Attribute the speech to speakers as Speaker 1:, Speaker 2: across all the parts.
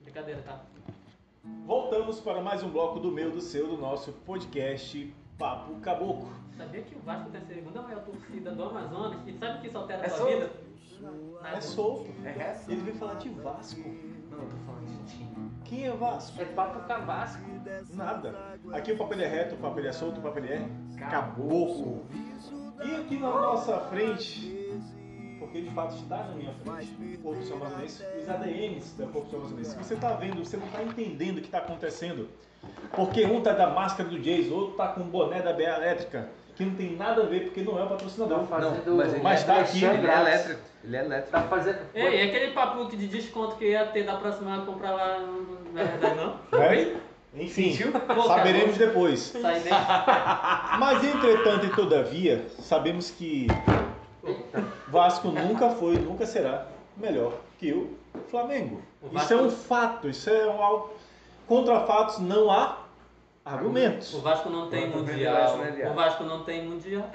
Speaker 1: Brincadeira, tá?
Speaker 2: Voltamos para mais um bloco do meu, do seu, do nosso podcast Papo Caboclo.
Speaker 1: Sabia que o Vasco tem a segunda maior torcida do Amazonas? E sabe o que isso altera
Speaker 3: É
Speaker 1: a sua
Speaker 3: solto?
Speaker 1: vida? Nada.
Speaker 2: É solto.
Speaker 3: É resto?
Speaker 2: Ele veio falar de Vasco.
Speaker 3: Não, eu tô falando de ti.
Speaker 2: Quem é Vasco?
Speaker 1: É papo cavasco.
Speaker 2: Nada. Aqui o papo ele é reto, o papo ele é solto, o papo ele é caboclo. E aqui na nossa frente, porque de fato está na minha frente, o corrupção amazonense, os ADMs da corrupção amazonense. Você está vendo, você não está entendendo o que está acontecendo. Porque um tá da máscara do Jays, outro tá com o boné da BA Elétrica, que não tem nada a ver porque não é o patrocinador.
Speaker 4: fazendo.
Speaker 3: Não, mas ele
Speaker 2: Mas
Speaker 3: é
Speaker 2: tá
Speaker 3: grátis,
Speaker 2: aqui,
Speaker 3: Ele é
Speaker 4: grátis.
Speaker 3: elétrico. Ele é elétrico.
Speaker 4: Tá fazendo.
Speaker 1: Ei, e aquele papo que de desconto que ia ter da próxima compra lá, na verdade não?
Speaker 2: Né? Enfim,
Speaker 1: Pô,
Speaker 2: saberemos depois.
Speaker 1: Sai nem...
Speaker 2: Mas entretanto e todavia, sabemos que Vasco nunca foi, nunca será melhor que o Flamengo.
Speaker 1: O
Speaker 2: Isso
Speaker 1: Vasco-
Speaker 2: é um fato, isso é um algo. Contra fatos não há
Speaker 1: O
Speaker 2: argumentos.
Speaker 1: Vasco não tem
Speaker 3: Eu tô vendo
Speaker 1: mundial.
Speaker 3: essa, né, viado?
Speaker 1: O Vasco não tem mundial.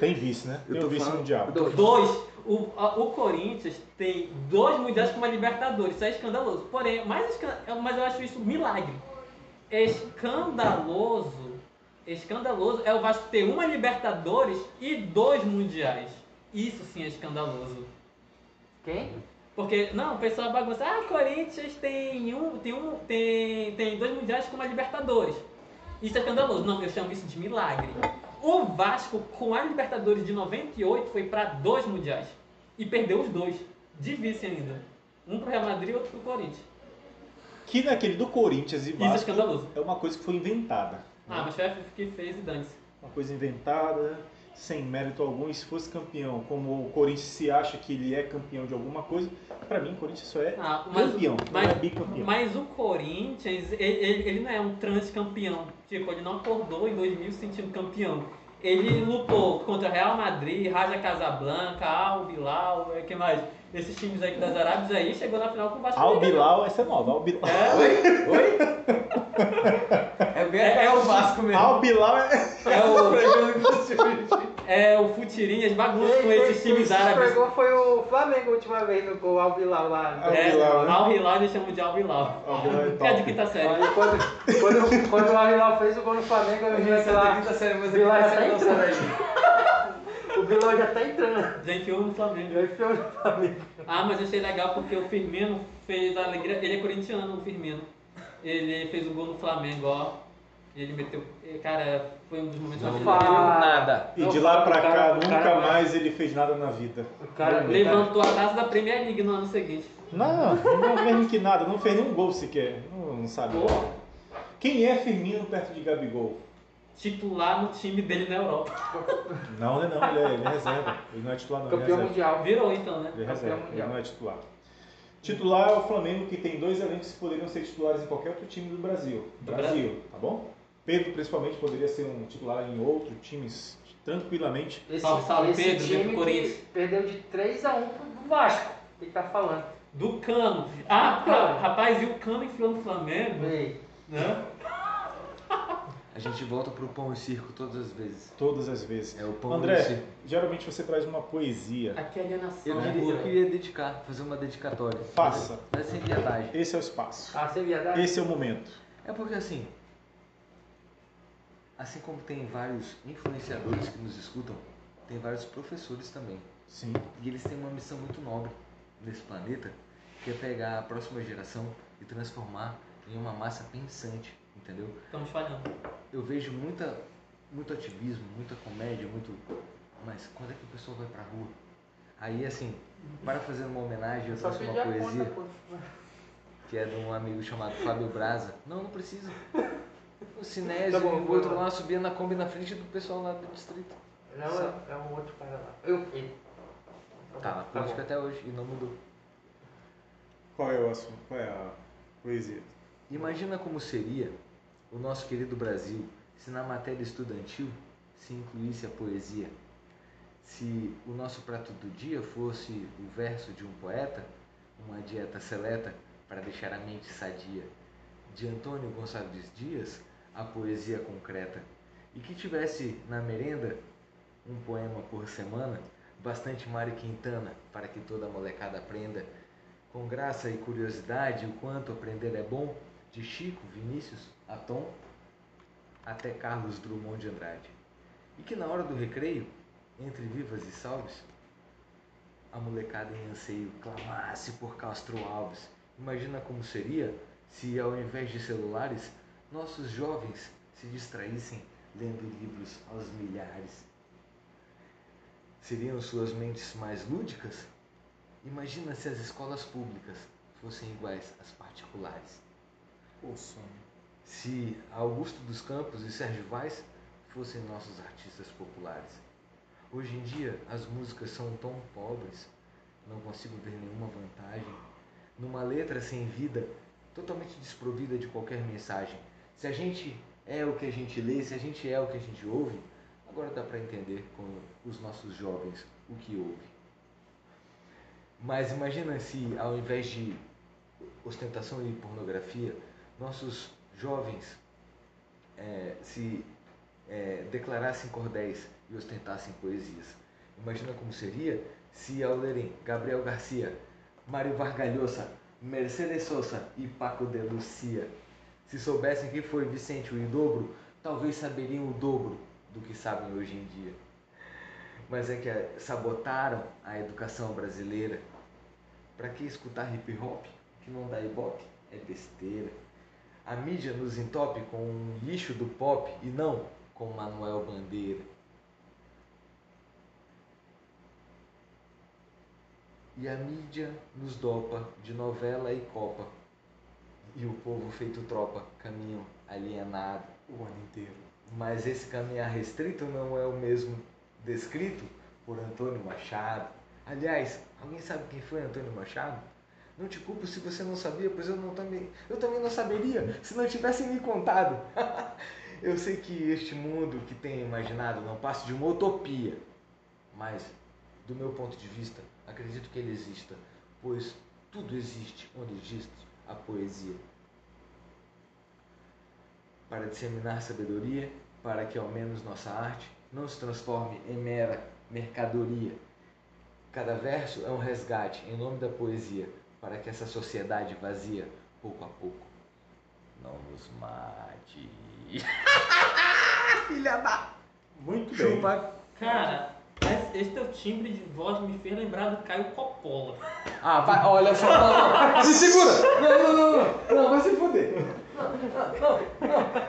Speaker 2: Tem vice, né? Tem o vice mundial.
Speaker 4: Dois.
Speaker 1: Dois. O, a- o Corinthians tem dois mundiais com uma Libertadores. Isso é escandaloso. Porém, mais esca- mas eu acho isso um milagre. Escandaloso. Escandaloso é o Vasco ter uma Libertadores e dois mundiais. Isso sim é escandaloso.
Speaker 4: Quem?
Speaker 1: Porque, não, o pessoal bagunça, ah, Corinthians tem um, tem um, tem, tem dois mundiais com uma Libertadores. Isso é escandaloso. Não, eu chamo isso de milagre. O Vasco, com a Libertadores de 98, foi para dois mundiais. E perdeu os dois. De vice ainda. Um pro Real Madrid e outro pro Corinthians.
Speaker 2: Que naquele do Corinthians e
Speaker 1: Isso é
Speaker 2: Vasco
Speaker 1: escandaloso.
Speaker 2: é uma coisa que foi inventada.
Speaker 1: Ah, mas foi a FIFA que fez e dane-se.
Speaker 2: Uma coisa inventada, sem mérito algum. E se fosse campeão, como o Corinthians se acha que ele é campeão de alguma coisa, pra mim o Corinthians só é
Speaker 1: Ah, mas,
Speaker 2: campeão, não
Speaker 1: mas-
Speaker 2: é bicampeão.
Speaker 1: Mas o Corinthians, ele, ele- ele não é um transcampeão. Tipo, ele não acordou em 2000 se sentindo campeão. Ele lutou contra Real Madrid, Raja Casablanca, Al Bilal, eh, que mais? Esses times aí das Arábias aí, chegou na final com o Vasco.
Speaker 2: Al Bilal, essa é nova. Al Bilal,
Speaker 1: É,
Speaker 3: Oi? Oi? É, bem,
Speaker 1: É,
Speaker 3: é,
Speaker 1: é
Speaker 3: o
Speaker 1: o
Speaker 3: Vasco mesmo.
Speaker 2: Al Bilal é.
Speaker 1: é o,
Speaker 3: Quem
Speaker 1: é o Futirinhas, bagunça com esses times árabes.
Speaker 4: pegou foi o Flamengo a última vez no gol, ao Bilal lá.
Speaker 2: Al
Speaker 1: É,
Speaker 2: Bilal, né?
Speaker 1: Al Hilal eles chamam de Al Bilal.
Speaker 2: Al Bilal é
Speaker 1: É
Speaker 2: top.
Speaker 1: de quinta série.
Speaker 4: Olha, quando, quando, quando o Al-Hilal fez o gol no Flamengo, eu vi
Speaker 3: Essa é a
Speaker 4: lá.
Speaker 3: quinta série, mas
Speaker 4: Vila
Speaker 3: a quinta
Speaker 4: já
Speaker 3: série
Speaker 4: tá
Speaker 3: não sai daí.
Speaker 4: O Bilal já tá entrando.
Speaker 1: Gente, eu no Flamengo.
Speaker 4: Já enfiou no Flamengo.
Speaker 1: Ah, mas eu achei legal porque o Firmino fez a alegria. Ele é corintiano, o Firmino. Ele fez o gol no Flamengo, ó. E ele meteu. eh, Cara, foi um dos momentos
Speaker 3: Não
Speaker 1: mais
Speaker 4: fala.
Speaker 3: viu nada.
Speaker 2: E
Speaker 4: Não,
Speaker 2: de lá
Speaker 4: o
Speaker 2: pra
Speaker 4: cara-
Speaker 2: cá,
Speaker 4: o
Speaker 2: nunca
Speaker 4: cara vai-
Speaker 2: mais ele fez nada na vida.
Speaker 4: O cara
Speaker 1: Levantou a taça da Premier League no ano seguinte.
Speaker 2: Não, não é mesmo que nada, não fez nenhum gol sequer. Não, não sabe.
Speaker 1: Pô,
Speaker 2: Quem é Firmino perto de Gabigol?
Speaker 1: titular no time dele na Europa.
Speaker 2: Não, não é não, ele é, ele é reserva. Ele não é titular, não.
Speaker 4: campeão
Speaker 2: ele é reserva.
Speaker 4: mundial.
Speaker 1: Virou então, né?
Speaker 2: Ele é
Speaker 4: campeão
Speaker 2: reserva, ele
Speaker 4: mundial.
Speaker 2: não é titular. Titular é o Flamengo, que tem dois elencos que poderiam ser titulares em qualquer outro time do Brasil.
Speaker 1: Do
Speaker 2: Brasil, tá bom? Pedro, principalmente, poderia ser um titular em outro time tranquilamente.
Speaker 4: Esse,
Speaker 1: Salve, salve,
Speaker 4: esse
Speaker 1: Pedro, dentro do
Speaker 4: time
Speaker 1: Corinthians.
Speaker 4: que perdeu de 3x1 pro Vasco. Ele tá falando.
Speaker 1: Do Cano. Ah, cara, rapaz, e o Cano enfiou no Flamengo?
Speaker 4: Ei,
Speaker 1: Né?
Speaker 3: A gente volta pro pão e circo todas as vezes.
Speaker 2: Todas as vezes.
Speaker 3: É o pão e
Speaker 2: André,
Speaker 3: circo.
Speaker 2: geralmente você traz uma poesia.
Speaker 1: Aqui é alienação.
Speaker 3: Eu
Speaker 1: né?
Speaker 3: queria, eu queria dedicar, fazer uma dedicatória.
Speaker 2: Faça.
Speaker 3: Mas sem viadagem.
Speaker 2: Esse é o espaço.
Speaker 4: ah, sem viadagem?
Speaker 2: Esse é o momento.
Speaker 3: É porque assim, assim como tem vários influenciadores que nos escutam, tem vários professores também.
Speaker 2: Sim.
Speaker 3: E eles têm uma missão muito nobre nesse planeta, que é pegar a próxima geração e transformar em uma massa pensante, entendeu?
Speaker 1: Estamos falhando.
Speaker 3: Eu vejo muita, muito ativismo, muita comédia, muito. Mas quando é que o pessoal vai pra rua? Aí assim, para fazer uma homenagem, eu
Speaker 4: Só
Speaker 3: trouxe
Speaker 4: pedi
Speaker 3: uma
Speaker 4: a conta,
Speaker 3: poesia
Speaker 4: pô.
Speaker 3: que é de um amigo chamado Fábio Braza. Não, não precisa. O Sinésio
Speaker 4: Tá bom,
Speaker 3: e o
Speaker 4: vai
Speaker 3: outro
Speaker 4: lá.
Speaker 3: lá subia na Kombi na frente do pessoal lá do distrito.
Speaker 4: Não, é, é um outro cara lá. Eu fui.
Speaker 3: Tá na política até hoje e não mudou.
Speaker 2: Qual é o assunto? Qual é a poesia?
Speaker 3: Imagina como seria o nosso querido Brasil se na matéria estudantil se incluísse a poesia. Se o nosso prato do dia fosse o verso de um poeta, uma dieta seleta para deixar a mente sadia. De Antônio Gonçalves Dias, a poesia concreta. E que tivesse na merenda um poema por semana, bastante Mário Quintana para que toda a molecada aprenda. com graça e curiosidade o quanto aprender é bom, de Chico, Vinícius, Atom, até Carlos Drummond de Andrade. E que na hora do recreio, entre vivas e salves, a molecada em anseio clamasse por Castro Alves. Imagina como seria se, ao invés de celulares, nossos jovens se distraíssem lendo livros aos milhares. Seriam suas mentes mais lúdicas? Imagina se as escolas públicas fossem iguais às particulares.
Speaker 2: O sonho.
Speaker 3: Se Augusto dos Campos e Sérgio Vaz fossem nossos artistas populares. Hoje em dia as músicas são tão pobres, não consigo ver nenhuma vantagem. Numa letra sem vida, totalmente desprovida de qualquer mensagem. Se a gente é o que a gente lê, se a gente é o que a gente ouve, agora dá para entender com os nossos jovens o que ouve. Mas imagina se ao invés de ostentação e pornografia, nossos jovens eh, se eh, declarassem cordéis e ostentassem poesias. Imagina como seria se ao lerem Gabriel Garcia, Mário Vargalhosa, Mercedes Sosa e Paco de Lucia, se soubessem quem foi Vicente o Idobro, talvez saberiam o dobro do que sabem hoje em dia. Mas é que a- sabotaram a educação brasileira. Para que escutar hip hop? Que não dá ibope? É besteira. A mídia nos entope com um lixo do pop e não com Manuel Bandeira. E a mídia nos dopa de novela e copa. E o povo feito tropa, caminho alienado.
Speaker 2: O ano inteiro.
Speaker 3: Mas esse caminhar restrito não é o mesmo descrito por Antônio Machado. Aliás, alguém sabe quem foi Antônio Machado? Não te culpo se você não sabia, pois eu, não também, eu também não saberia se não tivessem me contado. eu sei que este mundo que tenho imaginado não passa de uma utopia, mas, do meu ponto de vista, acredito que ele exista, pois tudo existe onde existe a poesia para disseminar sabedoria, para que ao menos nossa arte não se transforme em mera mercadoria. Cada verso é um resgate em nome da poesia, para que essa sociedade vazia, pouco a pouco, não nos mate. Filha da
Speaker 2: Muito bem.
Speaker 3: chupa.
Speaker 1: Cara, esse- esse teu timbre de voz me fez lembrar do Caio Coppola.
Speaker 3: Ah, vai, olha só, não, não.
Speaker 2: Se segura!
Speaker 3: Não, não, não, não.
Speaker 2: Não, vai se foder.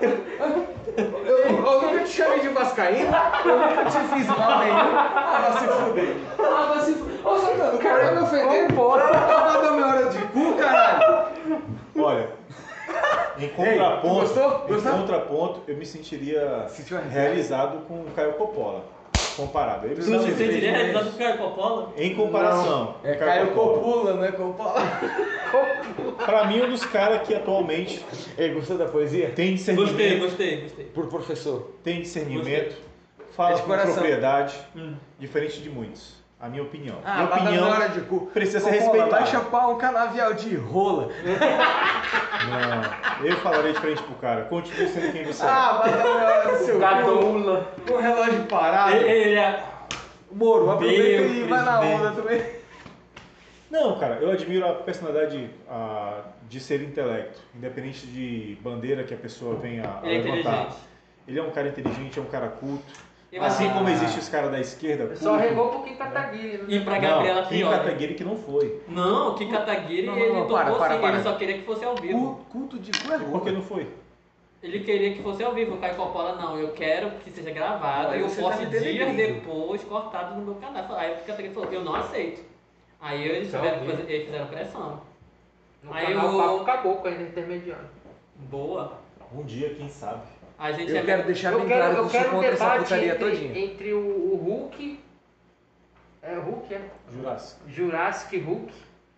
Speaker 3: Eu, eu nunca te chamei de Vascaína, eu nunca te fiz mal nenhum.
Speaker 2: Ah, vai se foder.
Speaker 3: Ah, mas se f- Ô, Santana, o cara vai me ofender, porra. Tá dando minha hora de cu, caralho.
Speaker 2: Olha. Em contraponto,
Speaker 3: gostou?
Speaker 2: em
Speaker 3: Gostou?
Speaker 2: contraponto, eu me sentiria
Speaker 3: Sentiu arrepiado?
Speaker 2: realizado com o Caio Coppola. Comparado. Ele
Speaker 3: Tu
Speaker 2: precisa
Speaker 3: não
Speaker 1: Você
Speaker 2: ver.
Speaker 3: fez-
Speaker 1: diria é realizado do Caio Coppola?
Speaker 2: Em comparação,
Speaker 3: É Caio Copula, não é Coppola?
Speaker 2: Pra mim, um dos caras que atualmente
Speaker 3: Ei, gostou da poesia?
Speaker 2: tem discernimento,
Speaker 1: Gostei, gostei, gostei.
Speaker 3: Por professor.
Speaker 2: tem discernimento, fala
Speaker 3: É de
Speaker 2: com
Speaker 3: coração.
Speaker 2: propriedade,
Speaker 1: Hum.
Speaker 2: diferente de muitos. A minha opinião.
Speaker 3: Ah,
Speaker 2: minha
Speaker 3: tá dando
Speaker 2: opinião
Speaker 3: hora de cu.
Speaker 2: precisa ser
Speaker 3: Coppola,
Speaker 2: respeitada.
Speaker 3: Vai chapar um canavial de rola.
Speaker 2: Não, eu falarei diferente pro cara. Continue sendo quem você é.
Speaker 3: Ah, vai dar uma hora do seu cu.
Speaker 4: Gadoula.
Speaker 3: Com o relógio parado.
Speaker 1: Ele, ele é...
Speaker 3: Moro, aproveita
Speaker 1: Meu
Speaker 3: e vai na
Speaker 1: presidente.
Speaker 3: onda também.
Speaker 2: é. Não, cara, eu admiro a personalidade a, de ser intelecto, independente de bandeira que a pessoa venha a
Speaker 1: Ele é
Speaker 2: levantar.
Speaker 1: inteligente.
Speaker 2: Ele é um cara inteligente, é um cara culto.
Speaker 1: Eu
Speaker 2: assim
Speaker 1: acho-
Speaker 2: como existem os caras da esquerda,
Speaker 4: Eu só
Speaker 2: culto.
Speaker 4: regou um pouquinho pra Taguiri, né?
Speaker 1: E pra Gabriela
Speaker 2: Não, Kim
Speaker 1: Fiora.
Speaker 2: Kataguiri que não foi.
Speaker 1: Não, o Kim Kataguiri,
Speaker 3: Não, não,
Speaker 1: ele
Speaker 3: não,
Speaker 1: tocou
Speaker 3: para, para,
Speaker 1: sim,
Speaker 3: para.
Speaker 1: ele só queria que fosse ao vivo.
Speaker 3: Cu- Culto de cu é
Speaker 2: Por que
Speaker 3: rola.
Speaker 2: não foi?
Speaker 1: Ele queria que fosse ao vivo, o Caio Coppola, não, eu quero que seja gravado
Speaker 3: Não,
Speaker 1: e eu
Speaker 3: você tá
Speaker 1: posso
Speaker 3: me
Speaker 1: dias
Speaker 3: denegrindo.
Speaker 1: depois cortado no meu canal. Aí o Kim Kataguiri falou, eu não aceito. Aí eles,
Speaker 3: Isso é
Speaker 1: tiveram, que
Speaker 3: horrível.
Speaker 1: fazer- eles fizeram pressão.
Speaker 4: No
Speaker 1: Aí
Speaker 4: canal
Speaker 1: eu-
Speaker 4: Papo Caboclo, ainda intermediário.
Speaker 1: Boa.
Speaker 2: Algum Um dia, quem sabe.
Speaker 1: A gente é
Speaker 3: Eu quero deixar
Speaker 4: Eu
Speaker 3: bem
Speaker 4: quero,
Speaker 3: claro que eu
Speaker 4: eu
Speaker 3: sou
Speaker 4: quero um
Speaker 3: contra essa
Speaker 4: debate
Speaker 3: putaria
Speaker 4: entre,
Speaker 3: todinha.
Speaker 4: entre o, o Hulk. É o Hulk, é?
Speaker 2: Jurássico.
Speaker 4: Jurassic Hulk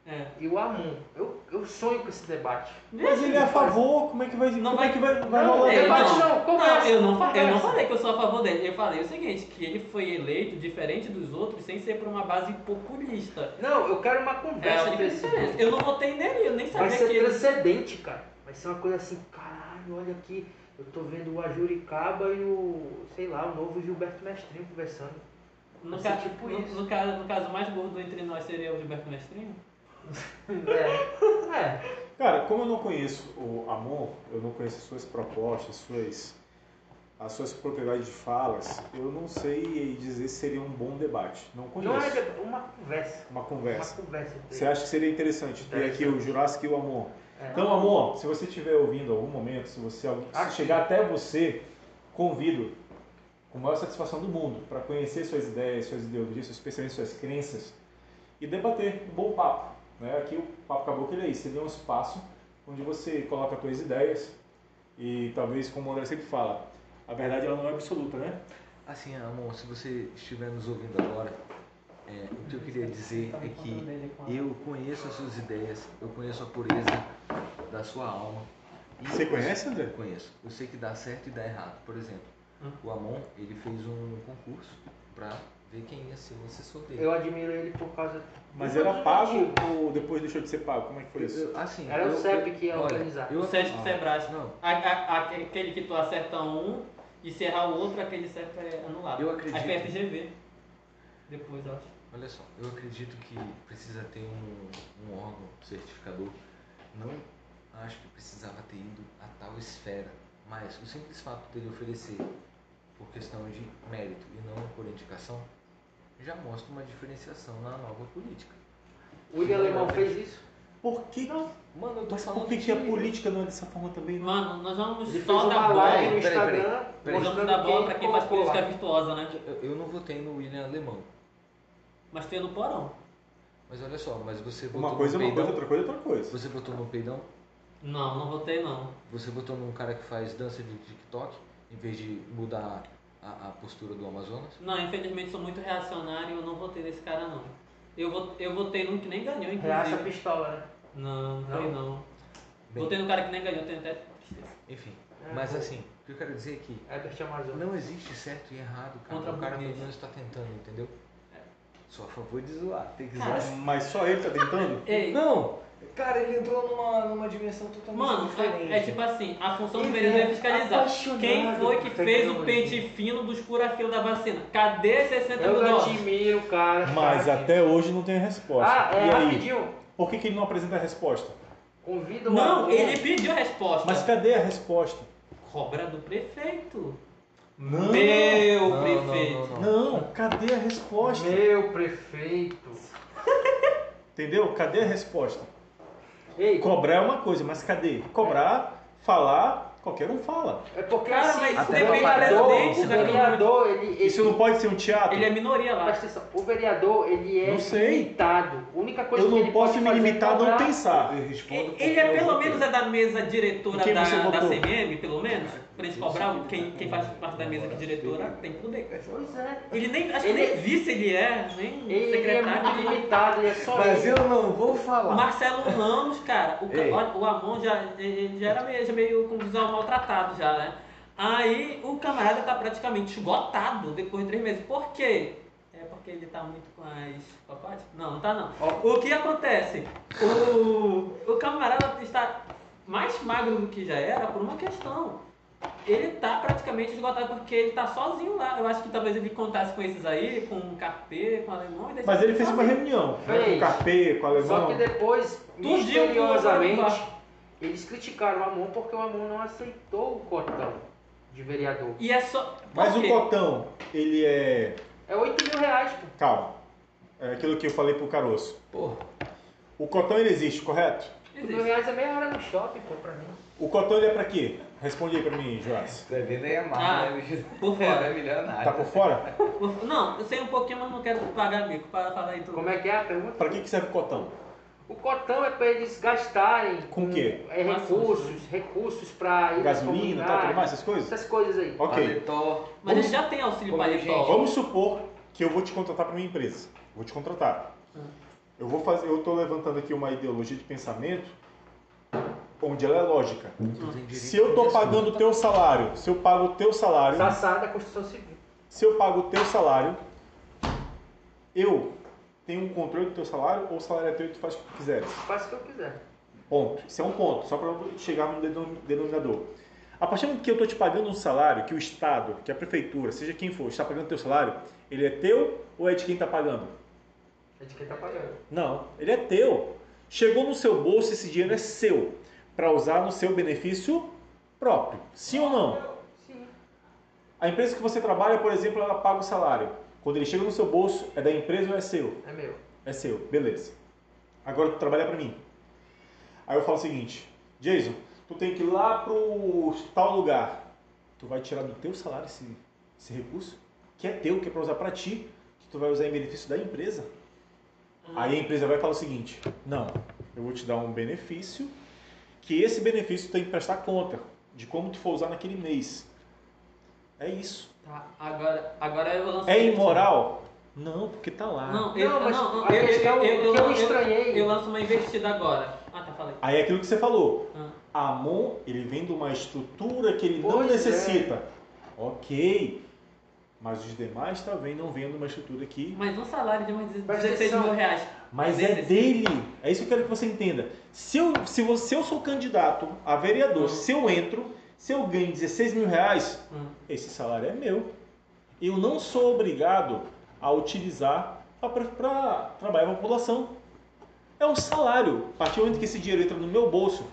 Speaker 1: É.
Speaker 4: e o Amun. Eu, eu sonho com esse debate.
Speaker 2: Mas ele é a favor, como é que vai.
Speaker 1: Não
Speaker 2: como
Speaker 1: vai-
Speaker 2: é que vai, vai
Speaker 4: Não,
Speaker 2: rolar?
Speaker 4: ele
Speaker 1: Eu
Speaker 4: vai-
Speaker 2: debate?
Speaker 4: não,
Speaker 3: é
Speaker 4: conversa,
Speaker 1: eu, não, fa- eu não
Speaker 4: conversa.
Speaker 1: falei que eu sou a favor dele. Eu falei o seguinte, que ele foi eleito diferente dos outros sem ser por uma base populista.
Speaker 4: Não, eu quero uma
Speaker 1: É a
Speaker 4: conversa
Speaker 1: única
Speaker 4: entre esses dois.
Speaker 1: diferença. Eu não votei nele, eu nem
Speaker 4: Vai
Speaker 1: sabia que
Speaker 4: ser
Speaker 1: ele...
Speaker 4: transcendente, cara. Vai ser uma coisa assim, caralho, olha aqui. Eu tô vendo o Ajuricaba e o, sei lá, o novo Gilberto Mestrinho conversando.
Speaker 1: No,
Speaker 4: Vai
Speaker 1: ca-
Speaker 4: ser tipo
Speaker 1: no-
Speaker 4: isso.
Speaker 1: no ca- no caso mais gordo entre nós seria o Gilberto Mestrinho?
Speaker 4: É. é.
Speaker 2: Cara, como eu não conheço o Amon, eu não conheço as suas propostas, suas, as suas propriedades de falas, eu não sei dizer se seria um bom debate. Não conheço.
Speaker 4: Não é deba- uma conversa.
Speaker 2: Uma conversa.
Speaker 4: Uma conversa.
Speaker 2: Você acha que seria interessante ter aqui o Jurassic e o Amon?
Speaker 4: É.
Speaker 2: Então, Amon, se você estiver ouvindo em algum momento, se você alguém- se
Speaker 4: Aqui.
Speaker 2: chegar até você, convido com a maior satisfação do mundo para conhecer suas ideias, suas ideologias, seus pensamentos, suas crenças e debater um bom papo. Né? Aqui o Papo Caboclo ele é isso, ele é um espaço onde você coloca suas ideias e talvez, como o André sempre fala, a verdade ela não é absoluta, né?
Speaker 3: Assim, amor, se você estiver nos ouvindo agora, é, o que eu queria dizer
Speaker 4: Tá
Speaker 3: é que eu conheço as suas ideias, eu conheço a pureza da sua alma. E
Speaker 2: Você
Speaker 3: eu
Speaker 2: conhece, André?
Speaker 3: Eu conheço. Eu sei que dá certo e dá errado. Por exemplo,
Speaker 1: Hum.
Speaker 3: o Amon, ele fez um concurso pra ver quem ia ser o assessor dele.
Speaker 4: Eu admiro ele por causa.
Speaker 2: Mas
Speaker 4: por
Speaker 2: era
Speaker 4: causa do
Speaker 2: pago
Speaker 4: motivo.
Speaker 2: ou depois deixou de ser pago? Como é que foi isso?
Speaker 3: Eu- assim,
Speaker 4: Era o
Speaker 3: eu-
Speaker 4: CEP que ia
Speaker 3: olha,
Speaker 4: organizar.
Speaker 3: Eu,
Speaker 1: O Sérgio Sebrae.
Speaker 3: não,
Speaker 1: A- a- aque- Aquele que tu acerta um e se errar o outro, aquele certo é anulado.
Speaker 3: Eu
Speaker 1: Aí foi
Speaker 3: acredito.
Speaker 1: FGV. Depois, eu acho.
Speaker 3: Olha só, eu acredito que precisa ter um, um órgão certificador. Não acho que precisava ter ido a tal esfera, mas o simples fato dele oferecer por questão de mérito e não por indicação já mostra uma diferenciação na nova política.
Speaker 4: O William Alemão fez isso.
Speaker 2: Por que
Speaker 3: Mano, eu tô
Speaker 2: Mas
Speaker 3: falando
Speaker 2: por que, que
Speaker 3: de...
Speaker 2: a política não é dessa forma também? não?
Speaker 1: Mano, nós vamos
Speaker 4: Ele fez
Speaker 1: só
Speaker 4: uma
Speaker 1: dar
Speaker 4: live no
Speaker 1: bola.
Speaker 3: peraí, peraí,
Speaker 4: Instagram
Speaker 3: peraí.
Speaker 1: Nós vamos
Speaker 4: mostrando
Speaker 1: dar bola pra quem faz
Speaker 4: colocou lá.
Speaker 1: política virtuosa, né?
Speaker 3: Eu- Eu não votei no William Alemão,
Speaker 1: Mas tem no porão.
Speaker 3: mas olha só, mas você votou
Speaker 2: Uma coisa é
Speaker 3: no
Speaker 2: uma coisa,
Speaker 3: peidão,
Speaker 2: outra coisa é outra coisa.
Speaker 3: você votou no peidão,
Speaker 1: Não, não votei não.
Speaker 3: você votou num cara que faz dança de TikTok, em vez de mudar a- a postura do Amazonas.
Speaker 1: Não, infelizmente sou muito reacionário e eu não votei nesse cara não. Eu, vo- eu votei num que nem ganhou,
Speaker 4: Reaça a
Speaker 1: inclusive.
Speaker 4: pistola, né?
Speaker 1: Não, não foi
Speaker 4: Não?
Speaker 1: não.
Speaker 3: Bem.
Speaker 1: Votei num cara que nem ganhou, tenho até tristeza.
Speaker 3: Enfim,
Speaker 4: É,
Speaker 3: mas
Speaker 4: pô.
Speaker 3: assim, o que eu quero dizer é que
Speaker 4: Herbert Amazonas.
Speaker 3: não existe certo e errado, cara.
Speaker 1: Contra É.
Speaker 3: o cara
Speaker 1: burguês.
Speaker 3: pelo menos tá tentando, entendeu? Só a favor de zoar, tem que
Speaker 1: Cara,
Speaker 3: zoar.
Speaker 2: Mas só ele tá tentando?
Speaker 1: Ei,
Speaker 3: Não! Cara, ele entrou numa, numa dimensão totalmente
Speaker 1: mano,
Speaker 3: diferente.
Speaker 1: é, é tipo assim, a função do
Speaker 3: Ele
Speaker 1: vereador é
Speaker 3: é
Speaker 1: fiscalizar.
Speaker 3: apaixonado
Speaker 1: Quem foi que
Speaker 4: por
Speaker 1: fez o
Speaker 4: tecnologia.
Speaker 1: pente fino dos fura-fila da vacina? Cadê 60 mil
Speaker 4: Eu
Speaker 1: dólares?
Speaker 4: admiro, cara.
Speaker 2: Mas
Speaker 4: cara.
Speaker 2: até hoje não tem a resposta.
Speaker 4: Ah, é
Speaker 2: e aí?
Speaker 4: rapidinho.
Speaker 2: Por que, que ele não apresenta a resposta?
Speaker 4: Convida o
Speaker 1: Não,
Speaker 4: Amon.
Speaker 1: ele pediu a resposta.
Speaker 2: Mas cadê a resposta?
Speaker 1: Cobra do prefeito.
Speaker 2: Não!
Speaker 1: Meu
Speaker 3: Não, não,
Speaker 1: prefeito.
Speaker 3: não, não.
Speaker 2: Não, cadê a resposta?
Speaker 4: Meu prefeito.
Speaker 2: Entendeu? Cadê a resposta?
Speaker 4: Ei,
Speaker 2: Cobrar é uma coisa, mas cadê? Cobrar, falar, qualquer um fala.
Speaker 4: é porque
Speaker 1: Cara,
Speaker 4: assim,
Speaker 1: mas
Speaker 3: isso
Speaker 4: o
Speaker 3: depende do
Speaker 4: vereador,
Speaker 1: presidente
Speaker 4: o
Speaker 1: da
Speaker 4: vereador, ele, ele,
Speaker 2: Isso não pode ser um teatro?
Speaker 1: Ele é minoria lá.
Speaker 4: presta atenção, o vereador, ele é
Speaker 2: Não sei.
Speaker 4: limitado. A única coisa
Speaker 2: Eu
Speaker 4: que
Speaker 2: não
Speaker 4: ele
Speaker 2: posso
Speaker 4: pode
Speaker 2: me
Speaker 4: fazer é
Speaker 2: limitar a não
Speaker 4: cobrar.
Speaker 2: pensar.
Speaker 3: Eu respondo porque
Speaker 1: Ele é
Speaker 3: eu
Speaker 1: pelo
Speaker 3: votei.
Speaker 1: menos é da mesa diretora
Speaker 2: Em quem
Speaker 1: da,
Speaker 2: você
Speaker 1: da
Speaker 2: votou?
Speaker 1: CMM, pelo menos. Pra gente cobrar o- quem, quem faz parte da mesa de diretora tem poder.
Speaker 4: Pois é.
Speaker 1: Ele nem. Acho que
Speaker 4: Ele-
Speaker 1: nem vice ele é, nem
Speaker 4: Ele, ele é muito
Speaker 1: secretário.
Speaker 4: limitado, ele é só
Speaker 3: Mas
Speaker 4: ele.
Speaker 3: eu não vou
Speaker 1: O
Speaker 3: falar.
Speaker 1: Marcelo Ramos, cara, o, ca-
Speaker 3: Ei.
Speaker 1: olha, o Amon já, ele já era meio, já meio com visual maltratado já, né? Aí o camarada tá praticamente esgotado depois de três meses. Por quê? É porque ele tá muito com as papai? Não, não tá não. O que acontece? O, o camarada está mais magro do que já era por uma questão. Ele tá praticamente esgotado porque ele tá sozinho lá. Eu acho que talvez ele contasse com esses aí, com o Capê, com o Alemão. e deixasse
Speaker 2: Mas ele fez uma
Speaker 1: sozinho.
Speaker 2: reunião né, com
Speaker 4: Fez.
Speaker 2: o Capê, com o
Speaker 4: É Só que
Speaker 2: Alemão.
Speaker 4: depois,
Speaker 1: Tudinho que eu
Speaker 4: misteriosamente,
Speaker 1: vou
Speaker 4: eles criticaram o Amon porque o Amon não aceitou o cotão de vereador.
Speaker 1: E é só. por
Speaker 2: Mas o
Speaker 1: quê?
Speaker 2: Cotão, ele é...
Speaker 4: É 8 mil reais, pô.
Speaker 2: Calma. É aquilo que eu falei pro Caroço.
Speaker 3: Porra,
Speaker 2: O Cotão, ele existe, correto?
Speaker 4: 8 mil reais é meia hora no shopping, pô, pra mim.
Speaker 2: O Cotão, ele é pra quê? Responde aí pra mim, Joás.
Speaker 5: Tá vendo aí a
Speaker 1: Ah,
Speaker 5: marca, né, bicho?
Speaker 1: Por
Speaker 5: Era
Speaker 1: fora.
Speaker 2: Tá por
Speaker 5: milionário.
Speaker 2: fora?
Speaker 1: Por- Não, eu sei um pouquinho, mas não quero pagar mico para falar aí tudo.
Speaker 4: Como é que é a pergunta?
Speaker 2: Pra que, que serve o cotão?
Speaker 4: O cotão é pra eles gastarem
Speaker 2: Com o quê?
Speaker 4: é,
Speaker 1: Com
Speaker 4: recursos, recursos pra ir nas
Speaker 2: Gasolina, tal, tudo mais,
Speaker 4: comunidades,
Speaker 2: essas coisas?
Speaker 4: essas coisas aí.
Speaker 2: Ok.
Speaker 5: Paletó.
Speaker 1: Mas ele já tem auxílio
Speaker 5: Como
Speaker 1: paletó.
Speaker 2: Vamos supor que eu vou te contratar pra minha empresa. Vou te contratar. Eu vou fazer, eu tô levantando aqui uma ideologia de pensamento onde ela é lógica.
Speaker 3: tu tem direito
Speaker 2: Se eu tô
Speaker 3: de
Speaker 2: pagando o teu salário, se eu pago o teu salário,
Speaker 4: Sassá da construção civil.
Speaker 2: se eu pago o teu salário, eu tenho um controle do teu salário ou o salário é teu e tu faz o que tu quiseres.
Speaker 4: Faço o que eu quiser.
Speaker 2: Ponto. Isso é um ponto, só para chegar no denom- denominador. A partir do momento que eu estou te pagando um salário, que o Estado, que a prefeitura, seja quem for, está pagando teu salário, ele é teu ou é de quem está pagando?
Speaker 4: É de quem tá pagando.
Speaker 2: Não, ele é teu. Chegou no seu bolso, esse dinheiro é seu, para usar no seu benefício próprio. Sim ou não?
Speaker 4: Sim.
Speaker 2: A empresa que você trabalha, por exemplo, ela paga o salário. Quando ele chega no seu bolso, é da empresa ou é seu?
Speaker 4: É meu.
Speaker 2: É seu, beleza. Agora tu trabalha para mim. Aí eu falo o seguinte, Jason, tu tem que ir lá pro tal lugar. Tu vai tirar do teu salário esse, esse recurso, que é teu, que é para usar para ti, que tu vai usar em benefício da empresa.
Speaker 1: Ah,
Speaker 2: Aí a empresa vai falar o seguinte: não, eu vou te dar um benefício, que esse benefício tu tem que prestar conta de como tu for usar naquele mês. É isso.
Speaker 1: Tá, agora, agora eu lanço.
Speaker 2: É imoral? Não, porque tá lá.
Speaker 1: Não, eu,
Speaker 4: Não, mas
Speaker 1: não,
Speaker 4: a
Speaker 1: eu, eu,
Speaker 4: questão
Speaker 1: eu,
Speaker 4: é que eu
Speaker 1: eu-
Speaker 4: estranhei.
Speaker 1: eu lanço uma investida agora. Ah, tá, falei.
Speaker 2: Aí é aquilo que você falou.
Speaker 1: Ah.
Speaker 2: A mão, ele vem de uma estrutura que ele não
Speaker 4: Pois é.
Speaker 2: necessita. Ok. Mas os demais também não vêm de uma estrutura que
Speaker 1: Mas um salário de mais de
Speaker 4: Presta
Speaker 1: 16 mil
Speaker 4: atenção.
Speaker 1: reais.
Speaker 2: Mas
Speaker 1: Dele.
Speaker 2: é dele. É isso que eu quero que você entenda. Se eu, se você, se eu sou candidato a vereador,
Speaker 1: Hum.
Speaker 2: se eu entro, se eu ganho 16 mil reais,
Speaker 1: Hum.
Speaker 2: esse salário é meu. Eu não sou obrigado a utilizar para trabalhar com a população. É um salário. A partir do momento que esse dinheiro entra no meu bolso,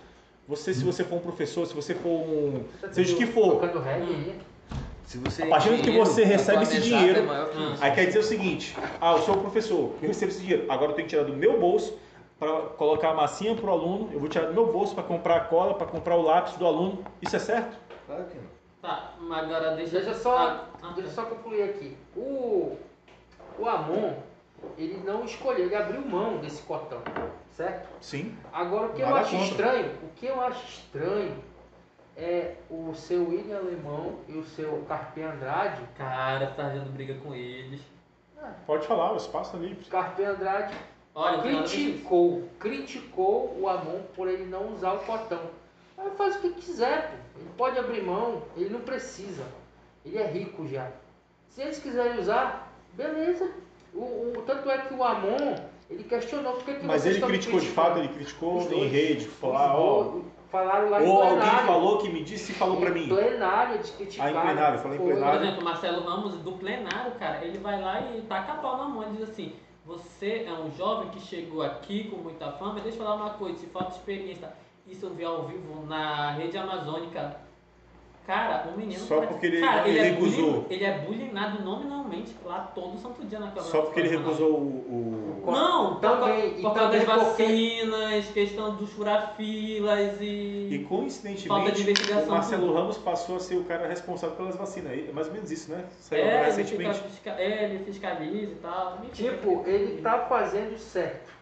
Speaker 2: você, se você for um professor, se você for um. Seja o que for.
Speaker 4: Tá Tocando reggae aí.
Speaker 3: Se você
Speaker 2: A partir do que você
Speaker 3: a
Speaker 2: recebe
Speaker 3: tua
Speaker 2: esse
Speaker 3: mesada
Speaker 2: dinheiro-
Speaker 3: é maior que
Speaker 1: Hum.
Speaker 3: isso.
Speaker 2: Aí quer dizer o seguinte: ah, eu sou o professor, eu recebo esse dinheiro, agora eu tenho que tirar do meu bolso para colocar a massinha pro aluno, eu vou tirar do meu bolso para comprar a cola, para comprar o lápis do aluno. Isso é certo?
Speaker 3: Claro que não.
Speaker 1: Tá, mas agora deixa.
Speaker 4: Deixa eu só-
Speaker 1: Ah, ah,
Speaker 4: Deixa eu só concluir aqui. O, o Amon, ele não escolheu, ele abriu mão desse cotão, certo?
Speaker 2: Sim.
Speaker 4: Agora, o que eu
Speaker 2: Nada
Speaker 4: acho
Speaker 2: contra.
Speaker 4: estranho, o que eu acho estranho é o seu William Alemão e o seu Carpe Andrade.
Speaker 1: Cara, tá dando briga com eles.
Speaker 2: Pode falar, o espaço é livre.
Speaker 4: Carpe Andrade
Speaker 1: Olha,
Speaker 4: Tá
Speaker 1: tem nada a ver com isso.
Speaker 4: criticou, criticou o Amon por ele não usar o cotão. Aí faz o que quiser, pô. ele pode abrir mão, ele não precisa. Ele é rico já. Se eles quiserem usar, beleza. O, o- tanto é que o Amon, ele questionou porque que
Speaker 2: Mas
Speaker 4: vocês
Speaker 2: ele
Speaker 4: tão me
Speaker 2: criticou de
Speaker 4: criticando?
Speaker 2: fato, ele criticou
Speaker 4: Os
Speaker 2: em
Speaker 4: dois.
Speaker 2: rede,
Speaker 4: Os
Speaker 2: falar, ó.
Speaker 4: dois Falaram lá em
Speaker 2: Ou alguém
Speaker 4: plenário.
Speaker 2: falou que me disse e falou para
Speaker 4: Em
Speaker 2: mim.
Speaker 4: plenário, eles criticaram.
Speaker 2: Ah, em plenário, falei em
Speaker 4: Foi.
Speaker 1: Por
Speaker 2: plenário.
Speaker 1: exemplo, o Marcelo Ramos, do plenário, cara, ele vai lá e taca a pau na mão e diz assim: Você é um jovem que chegou aqui com muita fama, deixa eu falar uma coisa, te falta experiência. Isso eu vi ao vivo na rede amazônica. Cara, o menino.
Speaker 2: Só porque ele-
Speaker 1: cara,
Speaker 2: ele
Speaker 1: é
Speaker 2: recusou.
Speaker 1: bullying- ele é bullyinado nominalmente lá todo santo dia na Câmara.
Speaker 2: Só porque ele
Speaker 1: Nacional.
Speaker 2: recusou o. o-
Speaker 1: Não,
Speaker 4: Também,
Speaker 1: por,
Speaker 4: e
Speaker 1: por causa das
Speaker 4: também porque-
Speaker 1: vacinas, questão dos furafilas e.
Speaker 2: E
Speaker 1: Falta de
Speaker 2: coincidentemente,
Speaker 1: investigação.
Speaker 2: o Marcelo Ramos passou a ser o cara responsável pelas vacinas. É mais ou menos isso, né? Saiu
Speaker 1: é,
Speaker 2: agora
Speaker 1: ele fica
Speaker 2: recentemente.
Speaker 1: fisca- é, ele fiscaliza e tal. Mentira.
Speaker 4: Tipo, ele tá fazendo certo.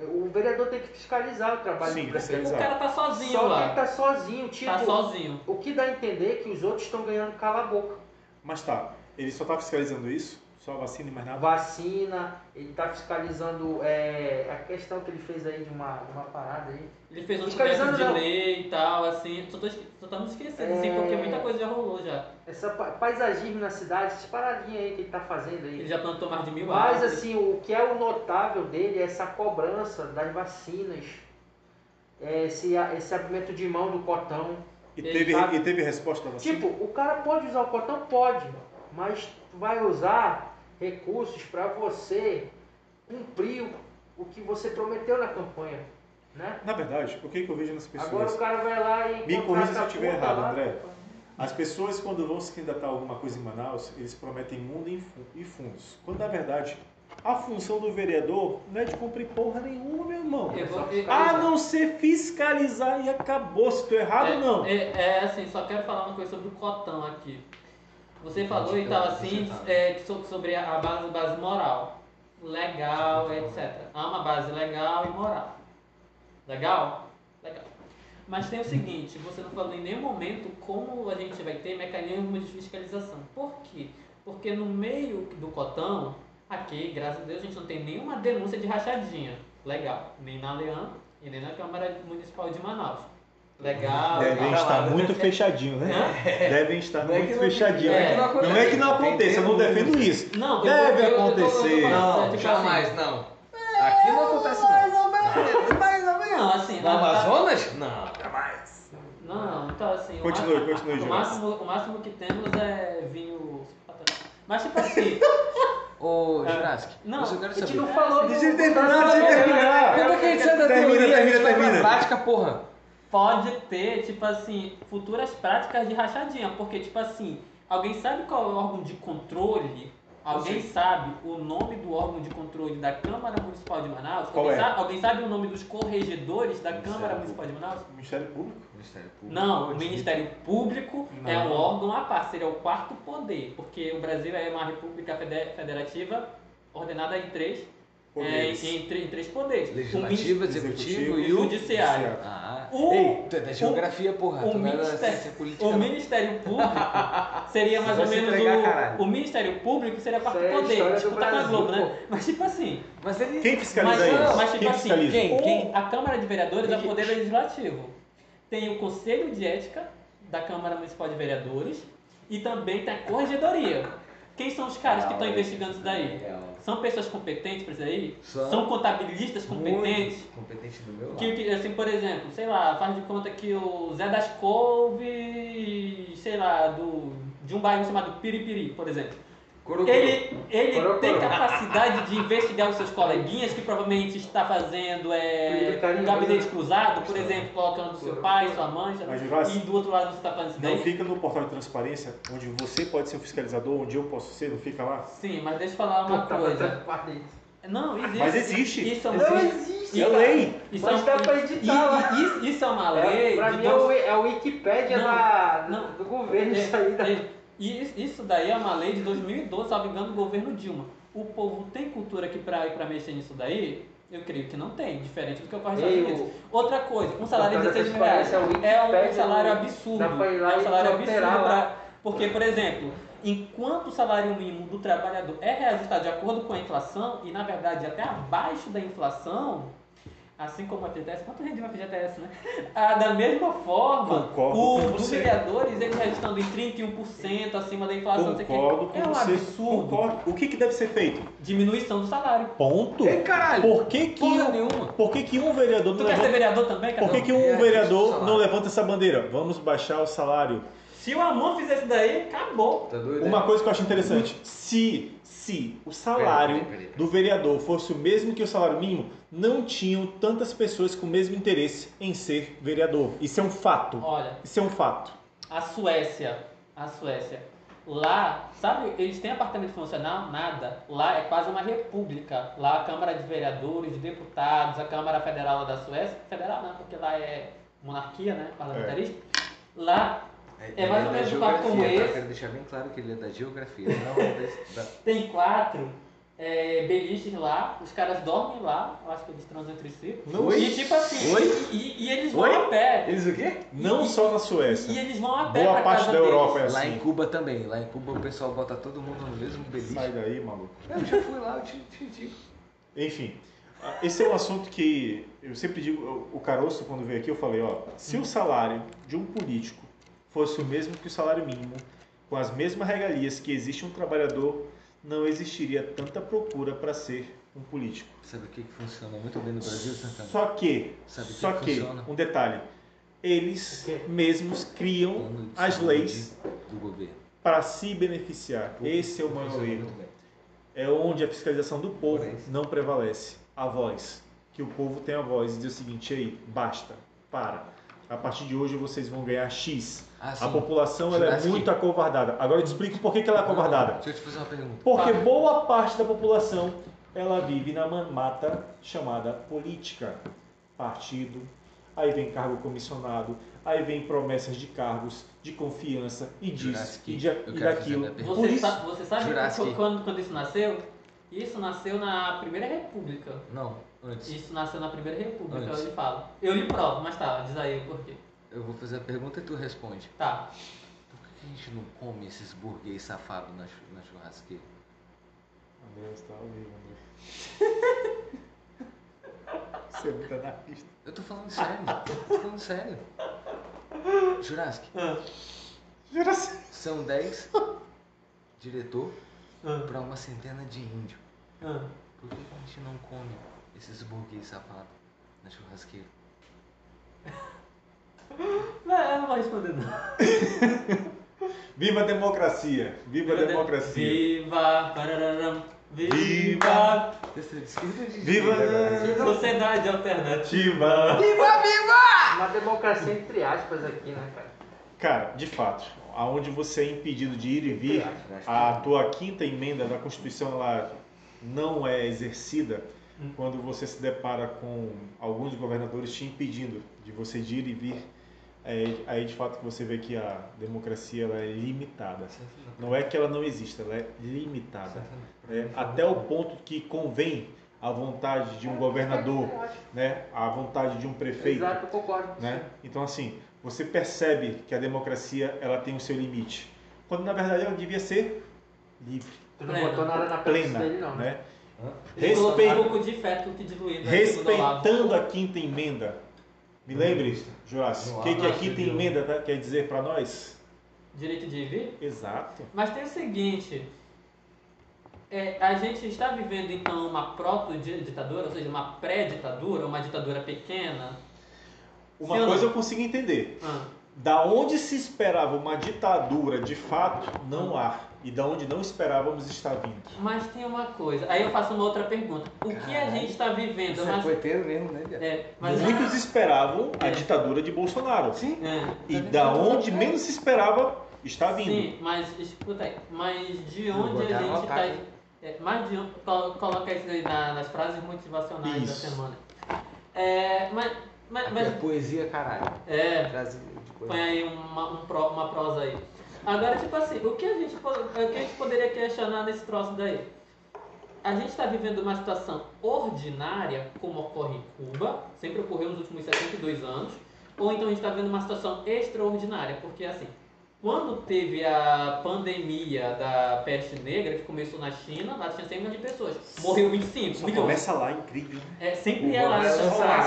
Speaker 4: O vereador tem que fiscalizar o trabalho
Speaker 2: Sim,
Speaker 4: do prefeito.
Speaker 1: O cara tá sozinho
Speaker 4: Só que
Speaker 1: lá.
Speaker 4: ele tá sozinho, tipo,
Speaker 1: Tá sozinho.
Speaker 4: o que dá a entender é que os outros estão ganhando cala a boca.
Speaker 2: Mas tá, ele só tá fiscalizando isso? Só a vacina e mais
Speaker 4: A
Speaker 2: nada?
Speaker 4: vacina, ele tá fiscalizando é, a questão que ele fez aí de uma, de uma parada aí.
Speaker 1: Ele fez um
Speaker 4: Fiscalizando
Speaker 1: projeto de
Speaker 4: não.
Speaker 1: lei e tal, assim. Só, tô, esque- só estamos esquecendo, assim,
Speaker 4: É.
Speaker 1: porque muita coisa já rolou já.
Speaker 4: Essa pa- paisagismo na cidade, essas paradinhas aí que ele tá fazendo aí.
Speaker 1: Ele já plantou mais de mil
Speaker 4: Mas
Speaker 1: árvores.
Speaker 4: assim, o que é o notável dele é essa cobrança das vacinas, é, esse, a- esse abrimento de mão do cotão.
Speaker 2: E
Speaker 1: Ele tá-
Speaker 2: teve,
Speaker 4: sabe.
Speaker 2: e teve resposta da vacina?
Speaker 4: Tipo, o cara pode usar o cotão? Pode, mas tu vai usar recursos para você cumprir o- o que você prometeu na campanha, né?
Speaker 2: Na verdade, o que, que eu vejo nas
Speaker 4: Agora
Speaker 2: pessoas?
Speaker 4: o cara vai lá e...
Speaker 2: Me
Speaker 4: contrata
Speaker 2: corrija se eu
Speaker 4: a
Speaker 2: estiver
Speaker 4: puta
Speaker 2: errado,
Speaker 4: lá.
Speaker 2: André. As pessoas, quando vão se candidatar a alguma coisa em Manaus, eles prometem mundo e fu- e fundos. Quando, na verdade, a função do vereador não é de cumprir porra nenhuma, meu irmão.
Speaker 1: Eu vou-
Speaker 4: só
Speaker 1: eu-
Speaker 4: fiscalizar.
Speaker 2: A não ser fiscalizar e acabou. Se tô errado,
Speaker 1: é,
Speaker 2: não.
Speaker 1: É, é, assim, só quero falar uma coisa sobre o cotão aqui. Você falou e tal assim, é, que so- sobre a a base, base moral. Legal, etc. Há uma base legal e moral. Legal? Legal. Mas tem o seguinte, você não falou em nenhum momento como a gente vai ter mecanismo de fiscalização. Por quê? Porque no meio do cotão, aqui, graças a Deus, a gente não tem nenhuma denúncia de rachadinha. Legal. Nem na Leão e nem na Câmara Municipal de Manaus. Legal.
Speaker 2: Devem
Speaker 1: legal.
Speaker 2: estar muito fechadinho, né?
Speaker 1: tá Hã?
Speaker 2: Devem estar
Speaker 3: Não é que
Speaker 2: muito
Speaker 3: não-
Speaker 2: fechadinho.
Speaker 1: é que não
Speaker 2: Não é que não
Speaker 3: acontece.
Speaker 2: aconteça, eu não
Speaker 3: Tem-
Speaker 2: defendo isso.
Speaker 1: Não,
Speaker 2: Deve
Speaker 1: eu, eu,
Speaker 2: acontecer.
Speaker 1: Eu, eu, eu, eu,
Speaker 3: Não, É,
Speaker 1: tipo
Speaker 3: jamais, não. Aqui não acontece não. Mais ou
Speaker 1: Assim, não, assim,
Speaker 3: No
Speaker 1: a- a-
Speaker 3: Amazonas? Não, jamais.
Speaker 1: Não, não, então assim. o
Speaker 2: Continue,
Speaker 1: máximo-
Speaker 2: continue,
Speaker 1: o
Speaker 2: Jonas.
Speaker 1: máximo, o máximo que temos é vinho. Mas tipo assim,
Speaker 3: Ô, Jurassic,
Speaker 1: Não,
Speaker 3: eu só quero
Speaker 4: A gente
Speaker 3: saber.
Speaker 4: não falou.
Speaker 2: Deixa ele terminar, deixa ele terminar.
Speaker 3: Quando é que a gente sai da
Speaker 2: Termina,
Speaker 3: teoria?
Speaker 2: termina,
Speaker 3: A gente vai pra
Speaker 2: termina.
Speaker 3: Prática, porra.
Speaker 1: pode ter, tipo assim, futuras práticas de rachadinha. Porque, tipo assim, alguém sabe qual é o órgão de controle? Alguém sabe o nome do órgão de controle da Câmara Municipal de Manaus?
Speaker 2: Qual
Speaker 1: alguém,
Speaker 2: é?
Speaker 1: sabe, alguém sabe o nome dos corregedores da
Speaker 3: Não
Speaker 1: Câmara
Speaker 3: sei.
Speaker 1: Municipal de Manaus?
Speaker 2: Ministério Público?
Speaker 3: Ministério Público.
Speaker 1: Não, o
Speaker 3: Pode ir.
Speaker 1: Ministério Público
Speaker 4: Não.
Speaker 1: é um órgão à parte, seria o quarto poder, porque o Brasil é uma república fede- federativa ordenada em três, é,
Speaker 2: Poderes.
Speaker 1: em, em tre- em três poderes.
Speaker 3: Legislativo, executivo e o.
Speaker 1: judiciário.
Speaker 3: Ah,
Speaker 1: O-
Speaker 3: Ei, tu é da
Speaker 1: o-
Speaker 3: geografia, porra.
Speaker 1: o
Speaker 3: Tu não é da
Speaker 1: ministério-
Speaker 3: ciência política.
Speaker 1: O
Speaker 3: não.
Speaker 1: Ministério Público seria mais
Speaker 3: Vai
Speaker 1: ou
Speaker 3: se
Speaker 1: menos
Speaker 3: entregar, caralho.
Speaker 1: o, o Ministério Público seria quarto
Speaker 4: Isso é a história
Speaker 1: poder,
Speaker 4: do
Speaker 1: disputar com a
Speaker 4: Brasil,
Speaker 1: Globo, né? Mas tipo assim,
Speaker 3: Mas ele.
Speaker 2: Quem
Speaker 1: mas,
Speaker 2: fiscaliza isso?
Speaker 1: mas tipo
Speaker 2: Quem
Speaker 1: assim,
Speaker 2: fiscaliza?
Speaker 3: quem?
Speaker 1: o- a Câmara de Vereadores é o poder legislativo. Tem o Conselho de Ética da Câmara Municipal de Vereadores e também tem a Corregedoria. Quem são os caras que estão
Speaker 3: Real,
Speaker 1: investigando isso daí?
Speaker 3: real.
Speaker 1: São pessoas competentes para isso aí?
Speaker 3: São.
Speaker 1: São contabilistas competentes?
Speaker 3: Muito Competente do meu lado.
Speaker 1: Que, que, assim, por exemplo, sei lá, faz de conta que o Zé das Couves, sei lá, do, de um bairro chamado Piripiri, por exemplo.
Speaker 3: Corocoro.
Speaker 1: Ele, ele
Speaker 4: Corocoro.
Speaker 1: tem capacidade de investigar os seus coleguinhas que provavelmente está fazendo é, um gabinete cruzado, por exemplo, colocando seu pai, sua mãe, sua-
Speaker 2: Mas, Jurassic,
Speaker 1: e do outro lado você está fazendo isso
Speaker 2: Não
Speaker 1: daí.
Speaker 2: fica no portal de transparência, onde você pode ser o fiscalizador, onde eu posso ser, não fica lá?
Speaker 1: Sim, mas deixa eu falar uma
Speaker 4: Puta,
Speaker 1: coisa.
Speaker 4: transparente.
Speaker 1: Não, existe.
Speaker 2: Mas existe.
Speaker 1: Isso é
Speaker 4: tá. Não
Speaker 1: um-
Speaker 4: existe.
Speaker 2: É
Speaker 1: Isso-
Speaker 2: lei.
Speaker 1: Isso é
Speaker 4: Mas
Speaker 1: um-
Speaker 4: dá pra
Speaker 1: e-
Speaker 4: editar lá.
Speaker 1: e- e- Isso é uma
Speaker 4: É,
Speaker 1: lei
Speaker 4: pra
Speaker 1: de
Speaker 4: mim é
Speaker 1: dois-
Speaker 4: o- é a Wikipédia
Speaker 1: Não,
Speaker 4: da-
Speaker 1: não.
Speaker 4: do governo, isso aí. da-
Speaker 1: É, é, e isso- isso daí é uma lei de 2012, salvo engano, do governo Dilma. O povo tem cultura aqui pra, pra mexer nisso daí? Eu creio que não tem, diferente do que ocorre nos
Speaker 4: Ei,
Speaker 1: Estados Unidos. Outra coisa, é, um salário de
Speaker 4: Tratado
Speaker 1: 16 mil
Speaker 4: da
Speaker 1: reais
Speaker 4: transparência,
Speaker 1: é
Speaker 4: o Wikipedia
Speaker 1: um salário
Speaker 4: não-
Speaker 1: absurdo.
Speaker 4: dá pra ir lá
Speaker 1: É um
Speaker 4: e
Speaker 1: salário absurdo.
Speaker 4: alterar lá.
Speaker 1: pra- porque, por exemplo, enquanto o salário mínimo do trabalhador é reajustado de acordo com a inflação, e na verdade até abaixo da inflação, assim como a FGTS, quanto rende uma FGTS, né? Ah, da mesma forma,
Speaker 2: Concordo
Speaker 1: o-
Speaker 2: com
Speaker 1: os
Speaker 2: você.
Speaker 1: vereadores eles estando em 31% acima da inflação, não sei o quê.
Speaker 2: Concordo com
Speaker 1: é um
Speaker 2: você.
Speaker 1: absurdo.
Speaker 2: Concordo. O que, que deve ser feito?
Speaker 1: Diminuição do salário.
Speaker 2: Ponto.
Speaker 3: Ei, caralho.
Speaker 2: Por que que,
Speaker 3: Porra
Speaker 2: um,
Speaker 3: nenhuma.
Speaker 2: por que, que um vereador
Speaker 1: Tu
Speaker 2: não
Speaker 1: quer ser
Speaker 2: levanta,
Speaker 1: vereador também, cara?
Speaker 2: por que que
Speaker 3: É,
Speaker 2: um vereador
Speaker 3: salário.
Speaker 2: não levanta essa bandeira? Vamos baixar o salário.
Speaker 1: Se o Amon fizesse daí, acabou.
Speaker 3: Tá doido?
Speaker 2: Uma
Speaker 3: né?
Speaker 2: coisa que eu acho interessante, se, se o salário
Speaker 3: Peraí, peraí, peraí.
Speaker 2: do vereador fosse o mesmo que o salário mínimo, não tinham tantas pessoas com o mesmo interesse em ser vereador. Isso é um fato.
Speaker 1: Olha,
Speaker 2: Isso é um fato.
Speaker 1: A Suécia. A Suécia. Lá, sabe, eles têm apartamento funcional? Nada. Lá é quase uma república. Lá a Câmara de Vereadores, de deputados, a Câmara Federal da Suécia. Federal não, porque lá é monarquia, né? Parlamentarismo. Lá É mais ou
Speaker 3: da
Speaker 1: menos um papo como
Speaker 3: geografia, tá?
Speaker 1: esse.
Speaker 3: Quero deixar bem claro que ele é da geografia, não é da- da-
Speaker 1: tem quatro é, beliches lá, os caras dormem lá, eu acho que eles transam entre si.
Speaker 2: Não,
Speaker 3: Oi?
Speaker 1: E tipo assim,
Speaker 3: Oi?
Speaker 1: E, e eles vão
Speaker 3: Oi?
Speaker 1: a pé.
Speaker 3: Eles o quê?
Speaker 2: não só na Suécia.
Speaker 1: E eles vão a pé
Speaker 2: Boa
Speaker 1: pra
Speaker 2: parte
Speaker 1: casa
Speaker 2: da Europa é
Speaker 1: deles.
Speaker 2: assim.
Speaker 3: Lá em Cuba também. Lá em Cuba o pessoal bota todo mundo no mesmo beliche.
Speaker 2: Sai daí, maluco.
Speaker 3: Eu já fui lá, eu te, te digo.
Speaker 2: Enfim, ah, esse é um assunto que eu sempre digo, eu- o Caroço, quando veio aqui, eu falei, ó, se o salário de um político fosse o mesmo que o salário mínimo, com as mesmas regalias que existe um trabalhador, não existiria tanta procura para ser um político.
Speaker 3: Sabe o que, que funciona muito bem no Brasil, Santana?
Speaker 2: Só que,
Speaker 3: Sabe o que
Speaker 2: só
Speaker 3: que
Speaker 2: que,
Speaker 3: funciona?
Speaker 2: um detalhe, eles
Speaker 4: O quê?
Speaker 2: mesmos criam
Speaker 3: Plano de
Speaker 2: as
Speaker 3: saúde
Speaker 2: leis
Speaker 3: do governo.
Speaker 2: para se beneficiar.
Speaker 3: Puta,
Speaker 2: Esse é o maior
Speaker 3: funciona
Speaker 2: erro.
Speaker 3: muito bem.
Speaker 2: é onde a fiscalização do povo
Speaker 3: Prevalece.
Speaker 2: não prevalece. A voz. Que o povo tem a voz e diz o seguinte, ei, basta, para. A partir de hoje vocês vão ganhar X.
Speaker 3: Ah,
Speaker 2: a
Speaker 3: sim.
Speaker 2: população ela é
Speaker 3: Jurassic.
Speaker 2: muito acovardada. Agora eu te explico por que, que ela é acovardada.
Speaker 3: Deixa eu te fazer uma pergunta. Tá.
Speaker 2: Porque boa parte da população ela vive na mamata chamada política. Partido, aí vem cargo comissionado, aí vem promessas de cargos, de confiança, e disso,
Speaker 3: Jurassic,
Speaker 2: e, de,
Speaker 3: eu
Speaker 2: e
Speaker 3: quero fazer
Speaker 2: daquilo.
Speaker 3: minha pergunta.
Speaker 1: Você,
Speaker 2: Por isso,
Speaker 1: sa- você sabe
Speaker 3: Jurassic.
Speaker 1: que- quando, quando isso nasceu? Isso nasceu na Primeira República.
Speaker 3: Não, antes.
Speaker 1: Isso nasceu na Primeira República,
Speaker 3: Antes.
Speaker 1: eu lhe falo. Eu lhe provo, mas tá, diz aí o porquê.
Speaker 3: Eu vou fazer a pergunta e tu responde.
Speaker 1: Tá.
Speaker 3: Por que a gente não come esses burguês safados na, chu- na churrasqueira?
Speaker 2: André, você tá ao vivo, André. Você é muito anarquista.
Speaker 3: Eu tô falando sério. tô falando sério. Jurassic,
Speaker 2: Jurassic.
Speaker 3: são 10 diretor
Speaker 1: Ah,
Speaker 3: pra uma centena de índio. Por que que a gente não come esses burguês safados na churrasqueira?
Speaker 1: Não, eu não vou responder não.
Speaker 2: Viva a democracia! Viva a democracia!
Speaker 1: Viva! parararam,
Speaker 2: Viva!
Speaker 1: Viva!
Speaker 3: Terceira é de esquerda ou de
Speaker 2: Viva!
Speaker 3: esquerda agora?
Speaker 1: Sociedade alternativa.
Speaker 2: Viva!
Speaker 4: Uma democracia entre aspas aqui, né, cara?
Speaker 2: Cara, de fato, aonde você é impedido de ir e vir, né, a tua quinta emenda da Constituição ela não é exercida
Speaker 1: Hum.
Speaker 2: quando você se depara com alguns governadores te impedindo de você de ir e vir. É, aí de fato que você vê que a democracia ela é limitada. Não é que ela não exista, ela é limitada. né? até o ponto que convém à vontade de um governador, né? à vontade de um prefeito.
Speaker 4: Exato, eu concordo.
Speaker 2: né? Então assim, você percebe que a democracia ela tem o seu limite, quando na verdade ela devia ser livre,
Speaker 4: Tu não
Speaker 1: Plena.
Speaker 4: botou nada na
Speaker 2: plena,
Speaker 4: cabeça dele, não.
Speaker 2: né?
Speaker 3: Hã?
Speaker 1: Ele colocou
Speaker 2: Respeito-
Speaker 1: um pouco de feto que diluído. né, segundo Olavo.
Speaker 2: respeitando a quinta emenda. Me lembre, Jurassic, o
Speaker 3: Hum. Não
Speaker 2: que, que a
Speaker 3: acho,
Speaker 2: quinta
Speaker 3: viu?
Speaker 2: emenda tá- quer dizer para nós?
Speaker 1: Direito de vir.
Speaker 2: Exato.
Speaker 1: Mas tem o seguinte. é, a gente está vivendo então uma proto-ditadura, ou seja, uma pré-ditadura, uma ditadura pequena.
Speaker 2: Uma
Speaker 1: Sim ou
Speaker 2: coisa
Speaker 1: não?
Speaker 2: eu consigo entender.
Speaker 1: Ah,
Speaker 2: Da onde se esperava uma ditadura de fato, não há. E da onde não esperávamos está vindo.
Speaker 1: mas tem uma coisa. Aí eu faço uma outra pergunta. O que a
Speaker 3: Caralho.
Speaker 1: gente está vivendo? Então, Mas,
Speaker 3: Cinquenteiro é mesmo, né, viado?
Speaker 1: é, mas-
Speaker 2: Muitos esperavam a
Speaker 1: É.
Speaker 2: ditadura de Bolsonaro. Sim.
Speaker 1: é,
Speaker 2: E da onde menos se esperava está vindo.
Speaker 1: sim, mas escuta aí. Mas de
Speaker 3: Vou
Speaker 1: onde a
Speaker 3: botar
Speaker 1: gente
Speaker 3: uma
Speaker 1: está.
Speaker 3: cara.
Speaker 1: É, mas de onde. colo- Coloca isso aí na- nas frases motivacionais
Speaker 2: Isso.
Speaker 1: da semana. É, mas- mas-
Speaker 3: Aqui é
Speaker 1: mas
Speaker 3: poesia, caralho.
Speaker 1: é,
Speaker 3: Brasília de
Speaker 1: Põe
Speaker 3: poesia.
Speaker 1: aí uma, um pro- uma prosa aí. Agora, tipo assim, o que, a gente, po- o que a gente poderia questionar nesse troço daí? A gente está vivendo uma situação ordinária, como ocorre em Cuba, sempre ocorreu nos últimos 72 anos, ou então a gente está vivendo uma situação extraordinária, porque assim, quando teve a pandemia da peste negra, que começou na China, lá tinha 100 milhões de pessoas, morreu 25 milhões.
Speaker 2: lá, incrível.
Speaker 1: É, sempre
Speaker 3: O
Speaker 1: é lá,
Speaker 3: balanço
Speaker 1: só lá.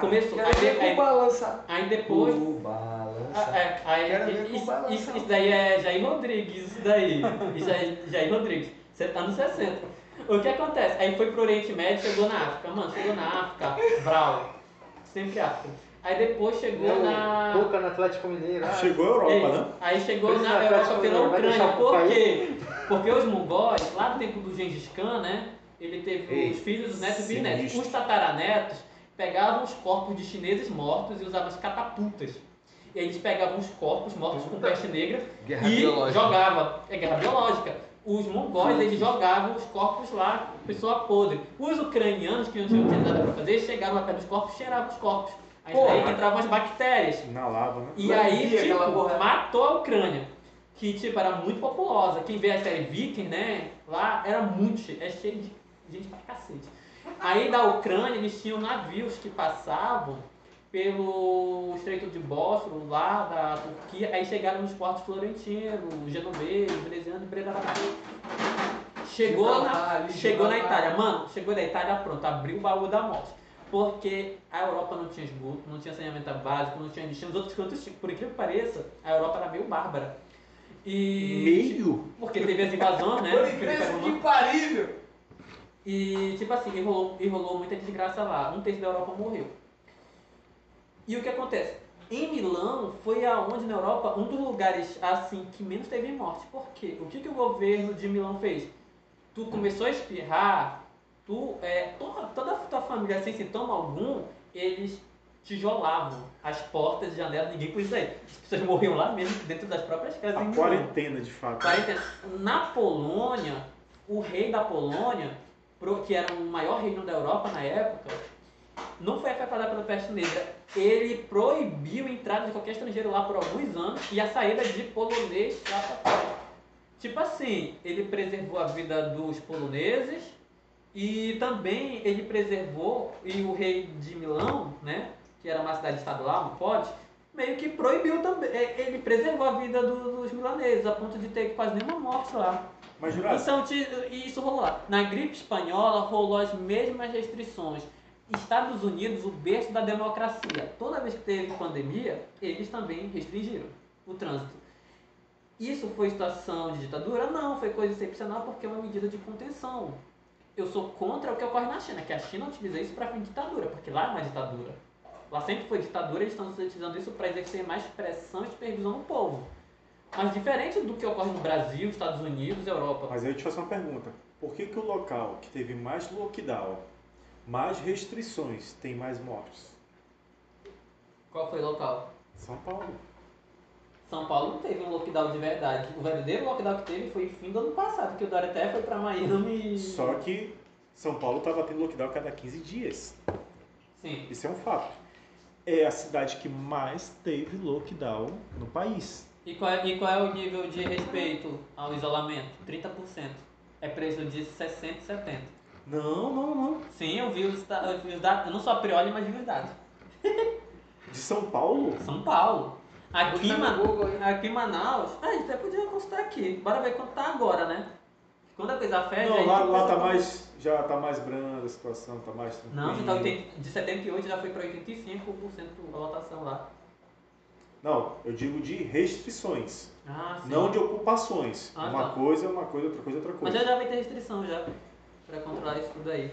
Speaker 1: Começou, aí,
Speaker 3: Quero ver o
Speaker 1: aí,
Speaker 3: balança.
Speaker 1: aí depois
Speaker 3: O
Speaker 1: Ah,
Speaker 3: balança.
Speaker 1: é, aí,
Speaker 3: Quero ver com
Speaker 1: isso,
Speaker 3: balança.
Speaker 1: isso- isso daí é Jair Rodrigues, isso daí. Isso é Jair Rodrigues, você tá nos 60. O que acontece? Aí foi pro Oriente Médio, chegou na África. Mano, chegou na África, Brau. Sempre África. Aí depois chegou na.
Speaker 4: Boca no Atlético Mineiro. ah,
Speaker 2: Chegou a Europa,
Speaker 1: Ei,
Speaker 2: né?
Speaker 1: É Aí chegou
Speaker 4: Precisa
Speaker 1: na
Speaker 4: atrás
Speaker 1: Europa
Speaker 4: do
Speaker 1: pela
Speaker 4: Uruguai, vai
Speaker 1: Ucrânia.
Speaker 4: deixar pro
Speaker 1: Por quê? Porque os mongóis, lá no tempo do Gengis Khan, né? Ele teve
Speaker 3: Ei,
Speaker 1: os filhos, os netos e bisnetos.
Speaker 2: sinistro.
Speaker 1: Os tataranetos pegavam os corpos de chineses mortos e usavam as catapultas. E eles pegavam os corpos mortos com peste negra
Speaker 3: Guerra
Speaker 1: e
Speaker 3: biológica.
Speaker 1: jogava. É guerra biológica. Os mongóis, eles jogavam os corpos lá, pessoa podre. Os ucranianos, que não tinham nada pra fazer, chegaram lá perto dos corpos, cheiravam os corpos. Aí daí
Speaker 3: Porra.
Speaker 1: entravam as bactérias.
Speaker 2: Na lava, né?
Speaker 1: E
Speaker 3: Mas
Speaker 1: aí,
Speaker 3: via aquela
Speaker 1: tipo,
Speaker 3: porra.
Speaker 1: matou a Ucrânia. Que, tipo, era muito populosa. Quem vê a série Viking, né? Lá era muito cheio. É cheio de gente pra cacete. Aí da Ucrânia eles tinham navios que passavam pelo Estreito de Bósforo, lá da Turquia. Aí chegaram nos portos florentinos, genovês, veneziano, brerará.
Speaker 3: Então,
Speaker 1: Chegou na,
Speaker 3: Gibraltar,
Speaker 1: chegou na
Speaker 3: Gibraltar.
Speaker 1: Itália. Mano, chegou na Itália, pronto, abriu o baú da morte. Porque a Europa não tinha esgoto, não tinha saneamento básico, não tinha lixo. Nos outros cantos, tinha. por incrível que pareça, a Europa era meio bárbara. E.
Speaker 2: Meio?
Speaker 1: Porque teve as invasões, né?
Speaker 3: Por incrível que parível.
Speaker 1: E, tipo assim, e rolou, e rolou muita desgraça lá. Um terço da Europa morreu. E o que acontece? Em Milão foi aonde na Europa um dos lugares assim que menos teve morte. Por quê? O que, que o governo de Milão fez? Tu começou a espirrar, tu é, toda, toda a tua família sem sintoma algum, eles tijolavam as portas e janelas, ninguém podia sair. As pessoas morriam lá mesmo, dentro das próprias casas. em
Speaker 2: A
Speaker 1: Milão.
Speaker 2: quarentena, de fato.
Speaker 1: Quarentena. Na Polônia, o rei da Polônia, pro- que era o maior reino da Europa na época, não foi afetado pela peste negra. Ele proibiu a entrada de qualquer estrangeiro lá por alguns anos e a saída de polonês lá pra fora. Tipo assim, ele preservou a vida dos poloneses e também ele preservou, e o rei de Milão, né, que era uma cidade estadual, não pode, meio que proibiu também. é, Ele preservou a vida do- dos milaneses, a ponto de ter quase nenhuma morte lá.
Speaker 2: Mas, Jurassic,
Speaker 1: Então, ti- e isso rolou lá. Na gripe espanhola, rolou as mesmas restrições. Estados Unidos, o berço da democracia. Toda vez que teve pandemia, eles também restringiram o trânsito. Isso foi situação de ditadura? Não, foi coisa excepcional porque é uma medida de contenção. Eu sou contra o que ocorre na China, que a China utiliza isso para fim de ditadura, porque lá é uma ditadura. Lá sempre foi ditadura, eles estão utilizando isso para exercer mais pressão e supervisão no povo. Mas diferente do que ocorre no Brasil, Estados Unidos, Europa.
Speaker 2: Mas aí eu te faço uma pergunta. Por que, que o local que teve mais lockdown, mais restrições, tem mais mortes?
Speaker 1: Qual foi o local?
Speaker 2: São Paulo.
Speaker 1: São Paulo não teve um lockdown de verdade. O verdadeiro lockdown que teve foi fim do ano passado, que o Dória até foi pra Miami. e-
Speaker 2: Só que São Paulo estava tendo lockdown a cada 15 dias.
Speaker 1: Sim.
Speaker 2: Isso é um fato. É a cidade que mais teve lockdown no país.
Speaker 1: E qual, é, e qual é o nível de respeito ao isolamento? 30%. É preço de 60 e 70.
Speaker 2: Não, não, não.
Speaker 1: Sim, eu vi os, da- eu vi os dados. Eu não sou a priori, mas vi os dados.
Speaker 2: De São Paulo?
Speaker 1: São Paulo. Aqui,
Speaker 4: Botar no
Speaker 1: mano.
Speaker 4: Google aí.
Speaker 1: Aqui em Manaus, ah, a gente até podia consultar aqui. Bora ver quanto tá agora, né? Quando a coisa fede,
Speaker 2: não,
Speaker 1: aí
Speaker 2: lá,
Speaker 1: tu
Speaker 2: lá
Speaker 1: pensa
Speaker 2: tá
Speaker 1: como-
Speaker 2: mais. Já tá mais branda a situação, tá mais tranquila.
Speaker 1: Não, já tá 80 de 78 já foi pra 85% a lotação lá.
Speaker 2: Não, eu digo de restrições,
Speaker 1: Ah, sim.
Speaker 2: não de ocupações.
Speaker 1: Ah,
Speaker 2: uma
Speaker 1: tá.
Speaker 2: coisa é uma coisa, outra coisa é outra
Speaker 1: Mas
Speaker 2: coisa.
Speaker 1: já deve ter restrição já pra controlar isso tudo aí.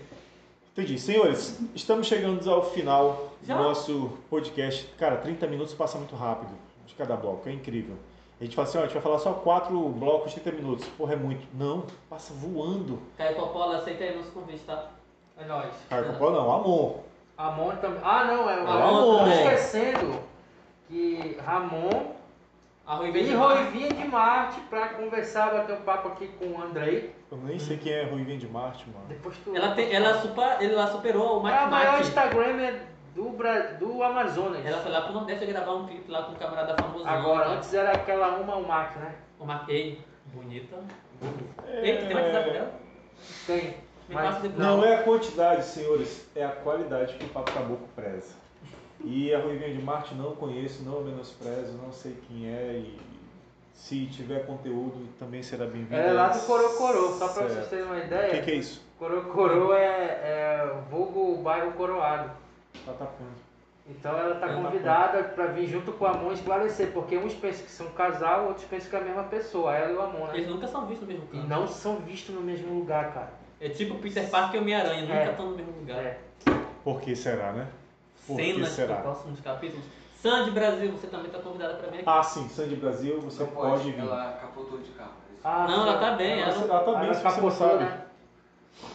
Speaker 2: Entendi. Senhores, estamos chegando ao final
Speaker 1: Já?
Speaker 2: do nosso podcast. Cara, 30 minutos passa muito rápido de cada bloco, é incrível. A gente fala assim, ó, a gente vai falar só quatro blocos de 30 minutos. Porra, é muito. Não, passa voando.
Speaker 1: Caio Coppola, aceita aí nosso convite, tá? É nóis.
Speaker 2: Cara, Coppola não, amor.
Speaker 4: Ramon também. Ah, não, é o
Speaker 2: Ramon.
Speaker 4: Ramon. Tô esquecendo que Ramon
Speaker 1: Arroz verde
Speaker 4: e
Speaker 1: e mar.
Speaker 4: Roivinha de Marte pra conversar, bater um papo aqui com o Andrei.
Speaker 2: Eu nem sei quem é Ruivinho de Marte, mano.
Speaker 4: Depois tu.
Speaker 1: Ela, tem, ela, super, ela superou o
Speaker 4: É a
Speaker 1: Mike
Speaker 4: maior
Speaker 1: Mike.
Speaker 4: Instagram do, Bra... do Amazonas.
Speaker 1: Ela tá foi lá pro Nordeste gravar um clipe lá com um camarada famoso.
Speaker 4: Agora, né? antes era aquela uma ao Mac, né?
Speaker 1: Eu marquei. Bonita.
Speaker 2: É.
Speaker 1: Eita, tem mais WhatsApp dela?
Speaker 4: Tem.
Speaker 1: Me
Speaker 4: Mas-
Speaker 1: passa depois.
Speaker 2: Não é a quantidade, senhores, é a qualidade que o Papo Caboclo preza. E a Ruivinha de Marte não conheço, não menosprezo, não sei quem é e se tiver conteúdo também será bem-vindo.
Speaker 4: Ela é lá do Corocorô, só pra
Speaker 2: Certo.
Speaker 4: vocês terem uma
Speaker 2: O que,
Speaker 4: ideia.
Speaker 2: que é isso?
Speaker 4: Corocorô é, é vulgo bairro coroado.
Speaker 2: Patacando.
Speaker 4: Então ela tá
Speaker 1: Ela tá
Speaker 4: convidada pra vir junto com o Amon esclarecer, porque uns pensam que são um casal, outros pensam que é a mesma pessoa, ela e o Amon, né?
Speaker 1: Eles nunca são vistos no mesmo
Speaker 4: E
Speaker 1: canto.
Speaker 4: não são vistos no mesmo lugar, cara.
Speaker 1: É tipo Peter Parker e Homem-Aranha, nunca
Speaker 4: É.
Speaker 1: estão no mesmo lugar.
Speaker 4: É.
Speaker 2: Por que será, né? Por que
Speaker 1: Cenas
Speaker 2: será?
Speaker 1: dos próximos capítulos. Sandy Brasil, você também tá convidada pra vir aqui.
Speaker 2: Ah, sim, Sandy Brasil, você
Speaker 5: Não
Speaker 2: pode,
Speaker 5: pode,
Speaker 2: vir.
Speaker 5: ela capotou de carro. é isso.
Speaker 4: Ah,
Speaker 1: Não, ela tá bem,
Speaker 2: Ela,
Speaker 1: ela não-
Speaker 2: ela tá bem,
Speaker 4: ela
Speaker 2: se você não
Speaker 4: capotou,
Speaker 2: sabe.
Speaker 4: né?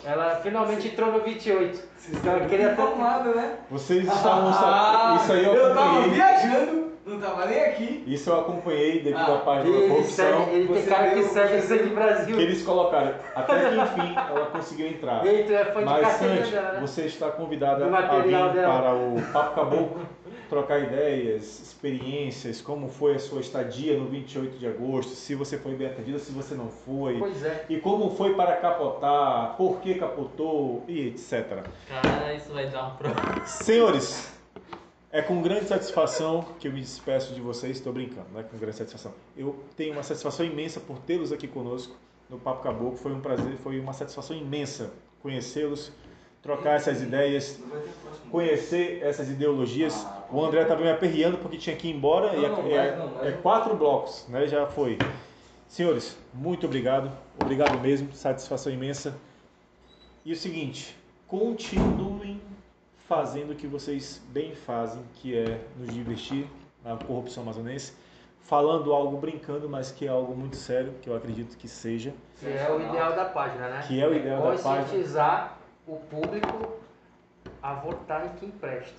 Speaker 4: Ela finalmente entrou no 28.
Speaker 5: Vocês
Speaker 4: Eu queria
Speaker 5: muito
Speaker 2: é
Speaker 4: tanto-
Speaker 5: informado, né?
Speaker 2: Vocês estavam
Speaker 4: Ah,
Speaker 5: Ah,
Speaker 2: sa- Tá Isso aí eu
Speaker 5: eu tava
Speaker 2: acompanhei.
Speaker 5: viajando, não tava nem aqui.
Speaker 2: Isso eu acompanhei devido à
Speaker 5: Ah,
Speaker 4: E
Speaker 2: página da
Speaker 4: ele,
Speaker 2: corrupção.
Speaker 4: segue, ele tem
Speaker 5: você
Speaker 4: cara que
Speaker 5: viu-
Speaker 2: um
Speaker 4: segue
Speaker 5: você
Speaker 4: Sandy
Speaker 5: viu-
Speaker 4: Brasil.
Speaker 2: que eles colocaram. Até que enfim ela conseguiu entrar.
Speaker 4: Ei, tu é fã de
Speaker 2: Mas
Speaker 4: carteirinha
Speaker 2: Sandy,
Speaker 4: dela, né?
Speaker 2: você está convidada
Speaker 4: Do
Speaker 2: a vir
Speaker 4: material dela.
Speaker 2: para o Papo Caboclo trocar ideias, experiências, como foi a sua estadia no 28 de agosto, se você foi bem atendida, se você não foi,
Speaker 4: Pois é.
Speaker 2: e como foi para capotar, por que capotou e etc.
Speaker 1: Cara, isso vai dar um problema.
Speaker 2: Senhores, é com grande satisfação que eu me despeço de vocês. Estou brincando, não é com grande satisfação. Eu tenho uma satisfação imensa por tê-los aqui conosco no Papo Caboclo. Foi um prazer, foi uma satisfação imensa conhecê-los, trocar essas ideias,
Speaker 5: Não vai ter próximo.
Speaker 2: conhecer essas ideologias. O André estava me aperreando porque tinha que ir embora e
Speaker 5: Não, não,
Speaker 2: é,
Speaker 5: mais não, mais
Speaker 2: é
Speaker 5: não.
Speaker 2: quatro blocos, né? Já foi. Senhores, muito obrigado. Obrigado mesmo, satisfação imensa. E o seguinte, continuem fazendo o que vocês bem fazem, que é nos divertir na corrupção amazonense, falando algo brincando, mas que é algo muito sério, que eu acredito que seja,
Speaker 4: Que é o ideal da página, né?
Speaker 2: que é o ideal da página.
Speaker 4: Conscientizar o público a votar em quem presta.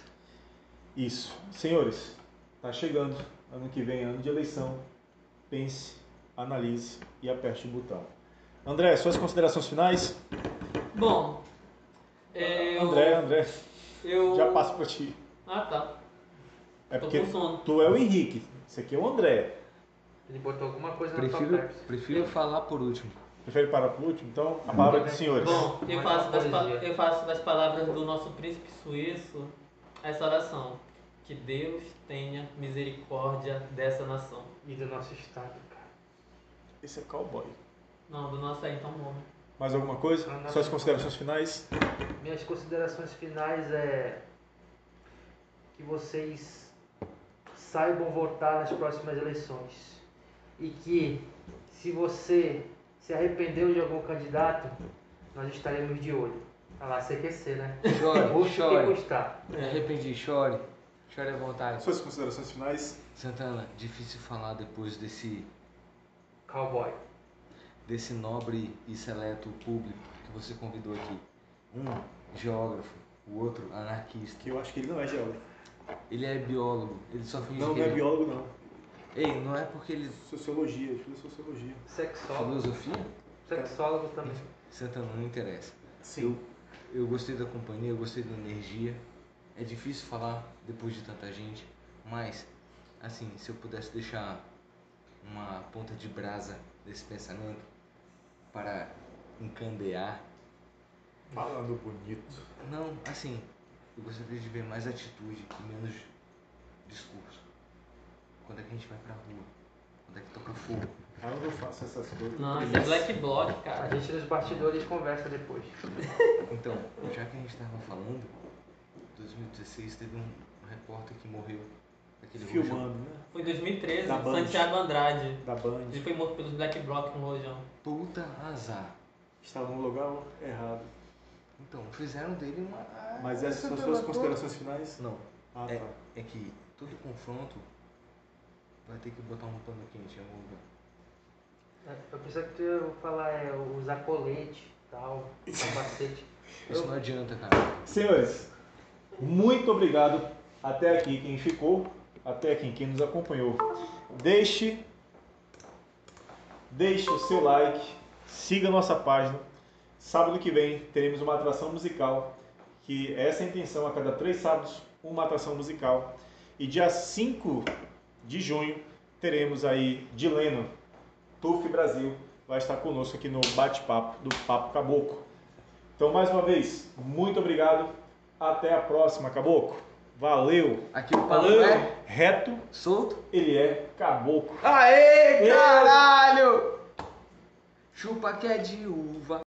Speaker 2: Isso. Senhores, tá chegando. Ano que vem, é ano de eleição. Pense, analise e aperte o botão. André, suas considerações finais?
Speaker 1: Bom, é, eu.
Speaker 2: André, André,
Speaker 1: eu...
Speaker 2: já passo pra ti.
Speaker 1: Ah, tá.
Speaker 2: É
Speaker 1: Tô
Speaker 2: porque
Speaker 1: com sono.
Speaker 2: tu é o Henrique, esse aqui é o André.
Speaker 4: Ele botou alguma coisa na
Speaker 3: Prefiro,
Speaker 4: tua peça.
Speaker 3: prefiro falar por último.
Speaker 2: Prefere parar pro último? Então, a palavra é dos senhores.
Speaker 1: Bom, eu
Speaker 4: Mas
Speaker 1: faço, das, pa-
Speaker 4: poesia.
Speaker 1: eu faço das palavras do nosso príncipe suíço essa oração. Que Deus tenha misericórdia dessa nação.
Speaker 4: E do nosso estado, cara.
Speaker 2: Esse é cowboy.
Speaker 1: Não, do nosso aí, então bom.
Speaker 2: Mais alguma coisa?
Speaker 4: Não, não.
Speaker 2: Suas considerações finais?
Speaker 4: Minhas considerações finais é que vocês saibam votar nas próximas eleições. E que se você se arrependeu de algum candidato, nós estaremos de olho. Tá lá CQC, né?
Speaker 3: Chore,
Speaker 4: Custe o que
Speaker 3: chore.
Speaker 4: custar.
Speaker 3: Me arrependi, chore. Chore à vontade.
Speaker 2: Suas considerações finais?
Speaker 3: Santana, difícil falar depois desse
Speaker 4: Cowboy.
Speaker 3: desse nobre e seleto público que você convidou aqui. Um geógrafo, o outro anarquista.
Speaker 2: Que eu acho que ele não é geógrafo.
Speaker 3: Ele é biólogo, ele só finge
Speaker 2: Não,
Speaker 3: que
Speaker 2: não é
Speaker 3: ele-
Speaker 2: biólogo, não.
Speaker 3: Ei, não é porque ele...
Speaker 2: Sociologia, estuda sociologia.
Speaker 4: Sexólogo.
Speaker 3: Filosofia?
Speaker 4: Sexólogo também.
Speaker 3: Santa não interessa.
Speaker 2: Sim.
Speaker 3: Eu gostei da companhia, eu gostei da energia. É difícil falar depois de tanta gente, mas assim, se eu pudesse deixar uma ponta de brasa desse pensamento para encandear,
Speaker 2: Falando bonito.
Speaker 3: não, assim, eu gostaria de ver mais atitude e menos discurso. Quando é que a gente vai pra rua? Quando é que toca fogo?
Speaker 2: Ah, eu não faço essas coisas.
Speaker 1: Não, isso é Black Block,
Speaker 4: A
Speaker 1: cara.
Speaker 4: gente nos bastidores conversa depois.
Speaker 3: Então, já que a gente estava falando, 2016 teve um repórter que morreu. Aquele rojão.
Speaker 2: Filmando, né?
Speaker 1: Foi em 2013,
Speaker 2: Da Band.
Speaker 1: Santiago Andrade.
Speaker 2: Da Band.
Speaker 1: Ele foi morto pelos Black Block no Rojão.
Speaker 3: Puta azar.
Speaker 2: Estava no lugar errado.
Speaker 3: Então, fizeram dele uma. Ah,
Speaker 2: Mas essas
Speaker 3: é
Speaker 2: são as suas considerações finais?
Speaker 3: Não,
Speaker 2: Ah,
Speaker 3: É.
Speaker 2: tá.
Speaker 3: é que todo confronto vai ter que botar um pano quente em algum lugar.
Speaker 4: Eu pensei que tu ia falar é, usar colete tal, capacete.
Speaker 3: Isso não adianta, cara.
Speaker 2: Senhores, muito obrigado até aqui quem ficou, até aqui quem nos acompanhou. Deixe, deixe o seu like, siga nossa página. Sábado que vem teremos uma atração musical, que essa é a intenção a cada três sábados, uma atração musical. E dia 5 de junho teremos aí Dileno, Tuf Brasil, vai estar conosco aqui no bate-papo do Papo Caboclo. Então, mais uma vez, muito obrigado. Até a próxima, caboclo. Valeu.
Speaker 3: Aqui o pano
Speaker 2: Valeu.
Speaker 3: é
Speaker 2: Reto,
Speaker 3: solto.
Speaker 2: ele é caboclo.
Speaker 3: Aê,
Speaker 2: Ei.
Speaker 3: caralho! Chupa que é de uva.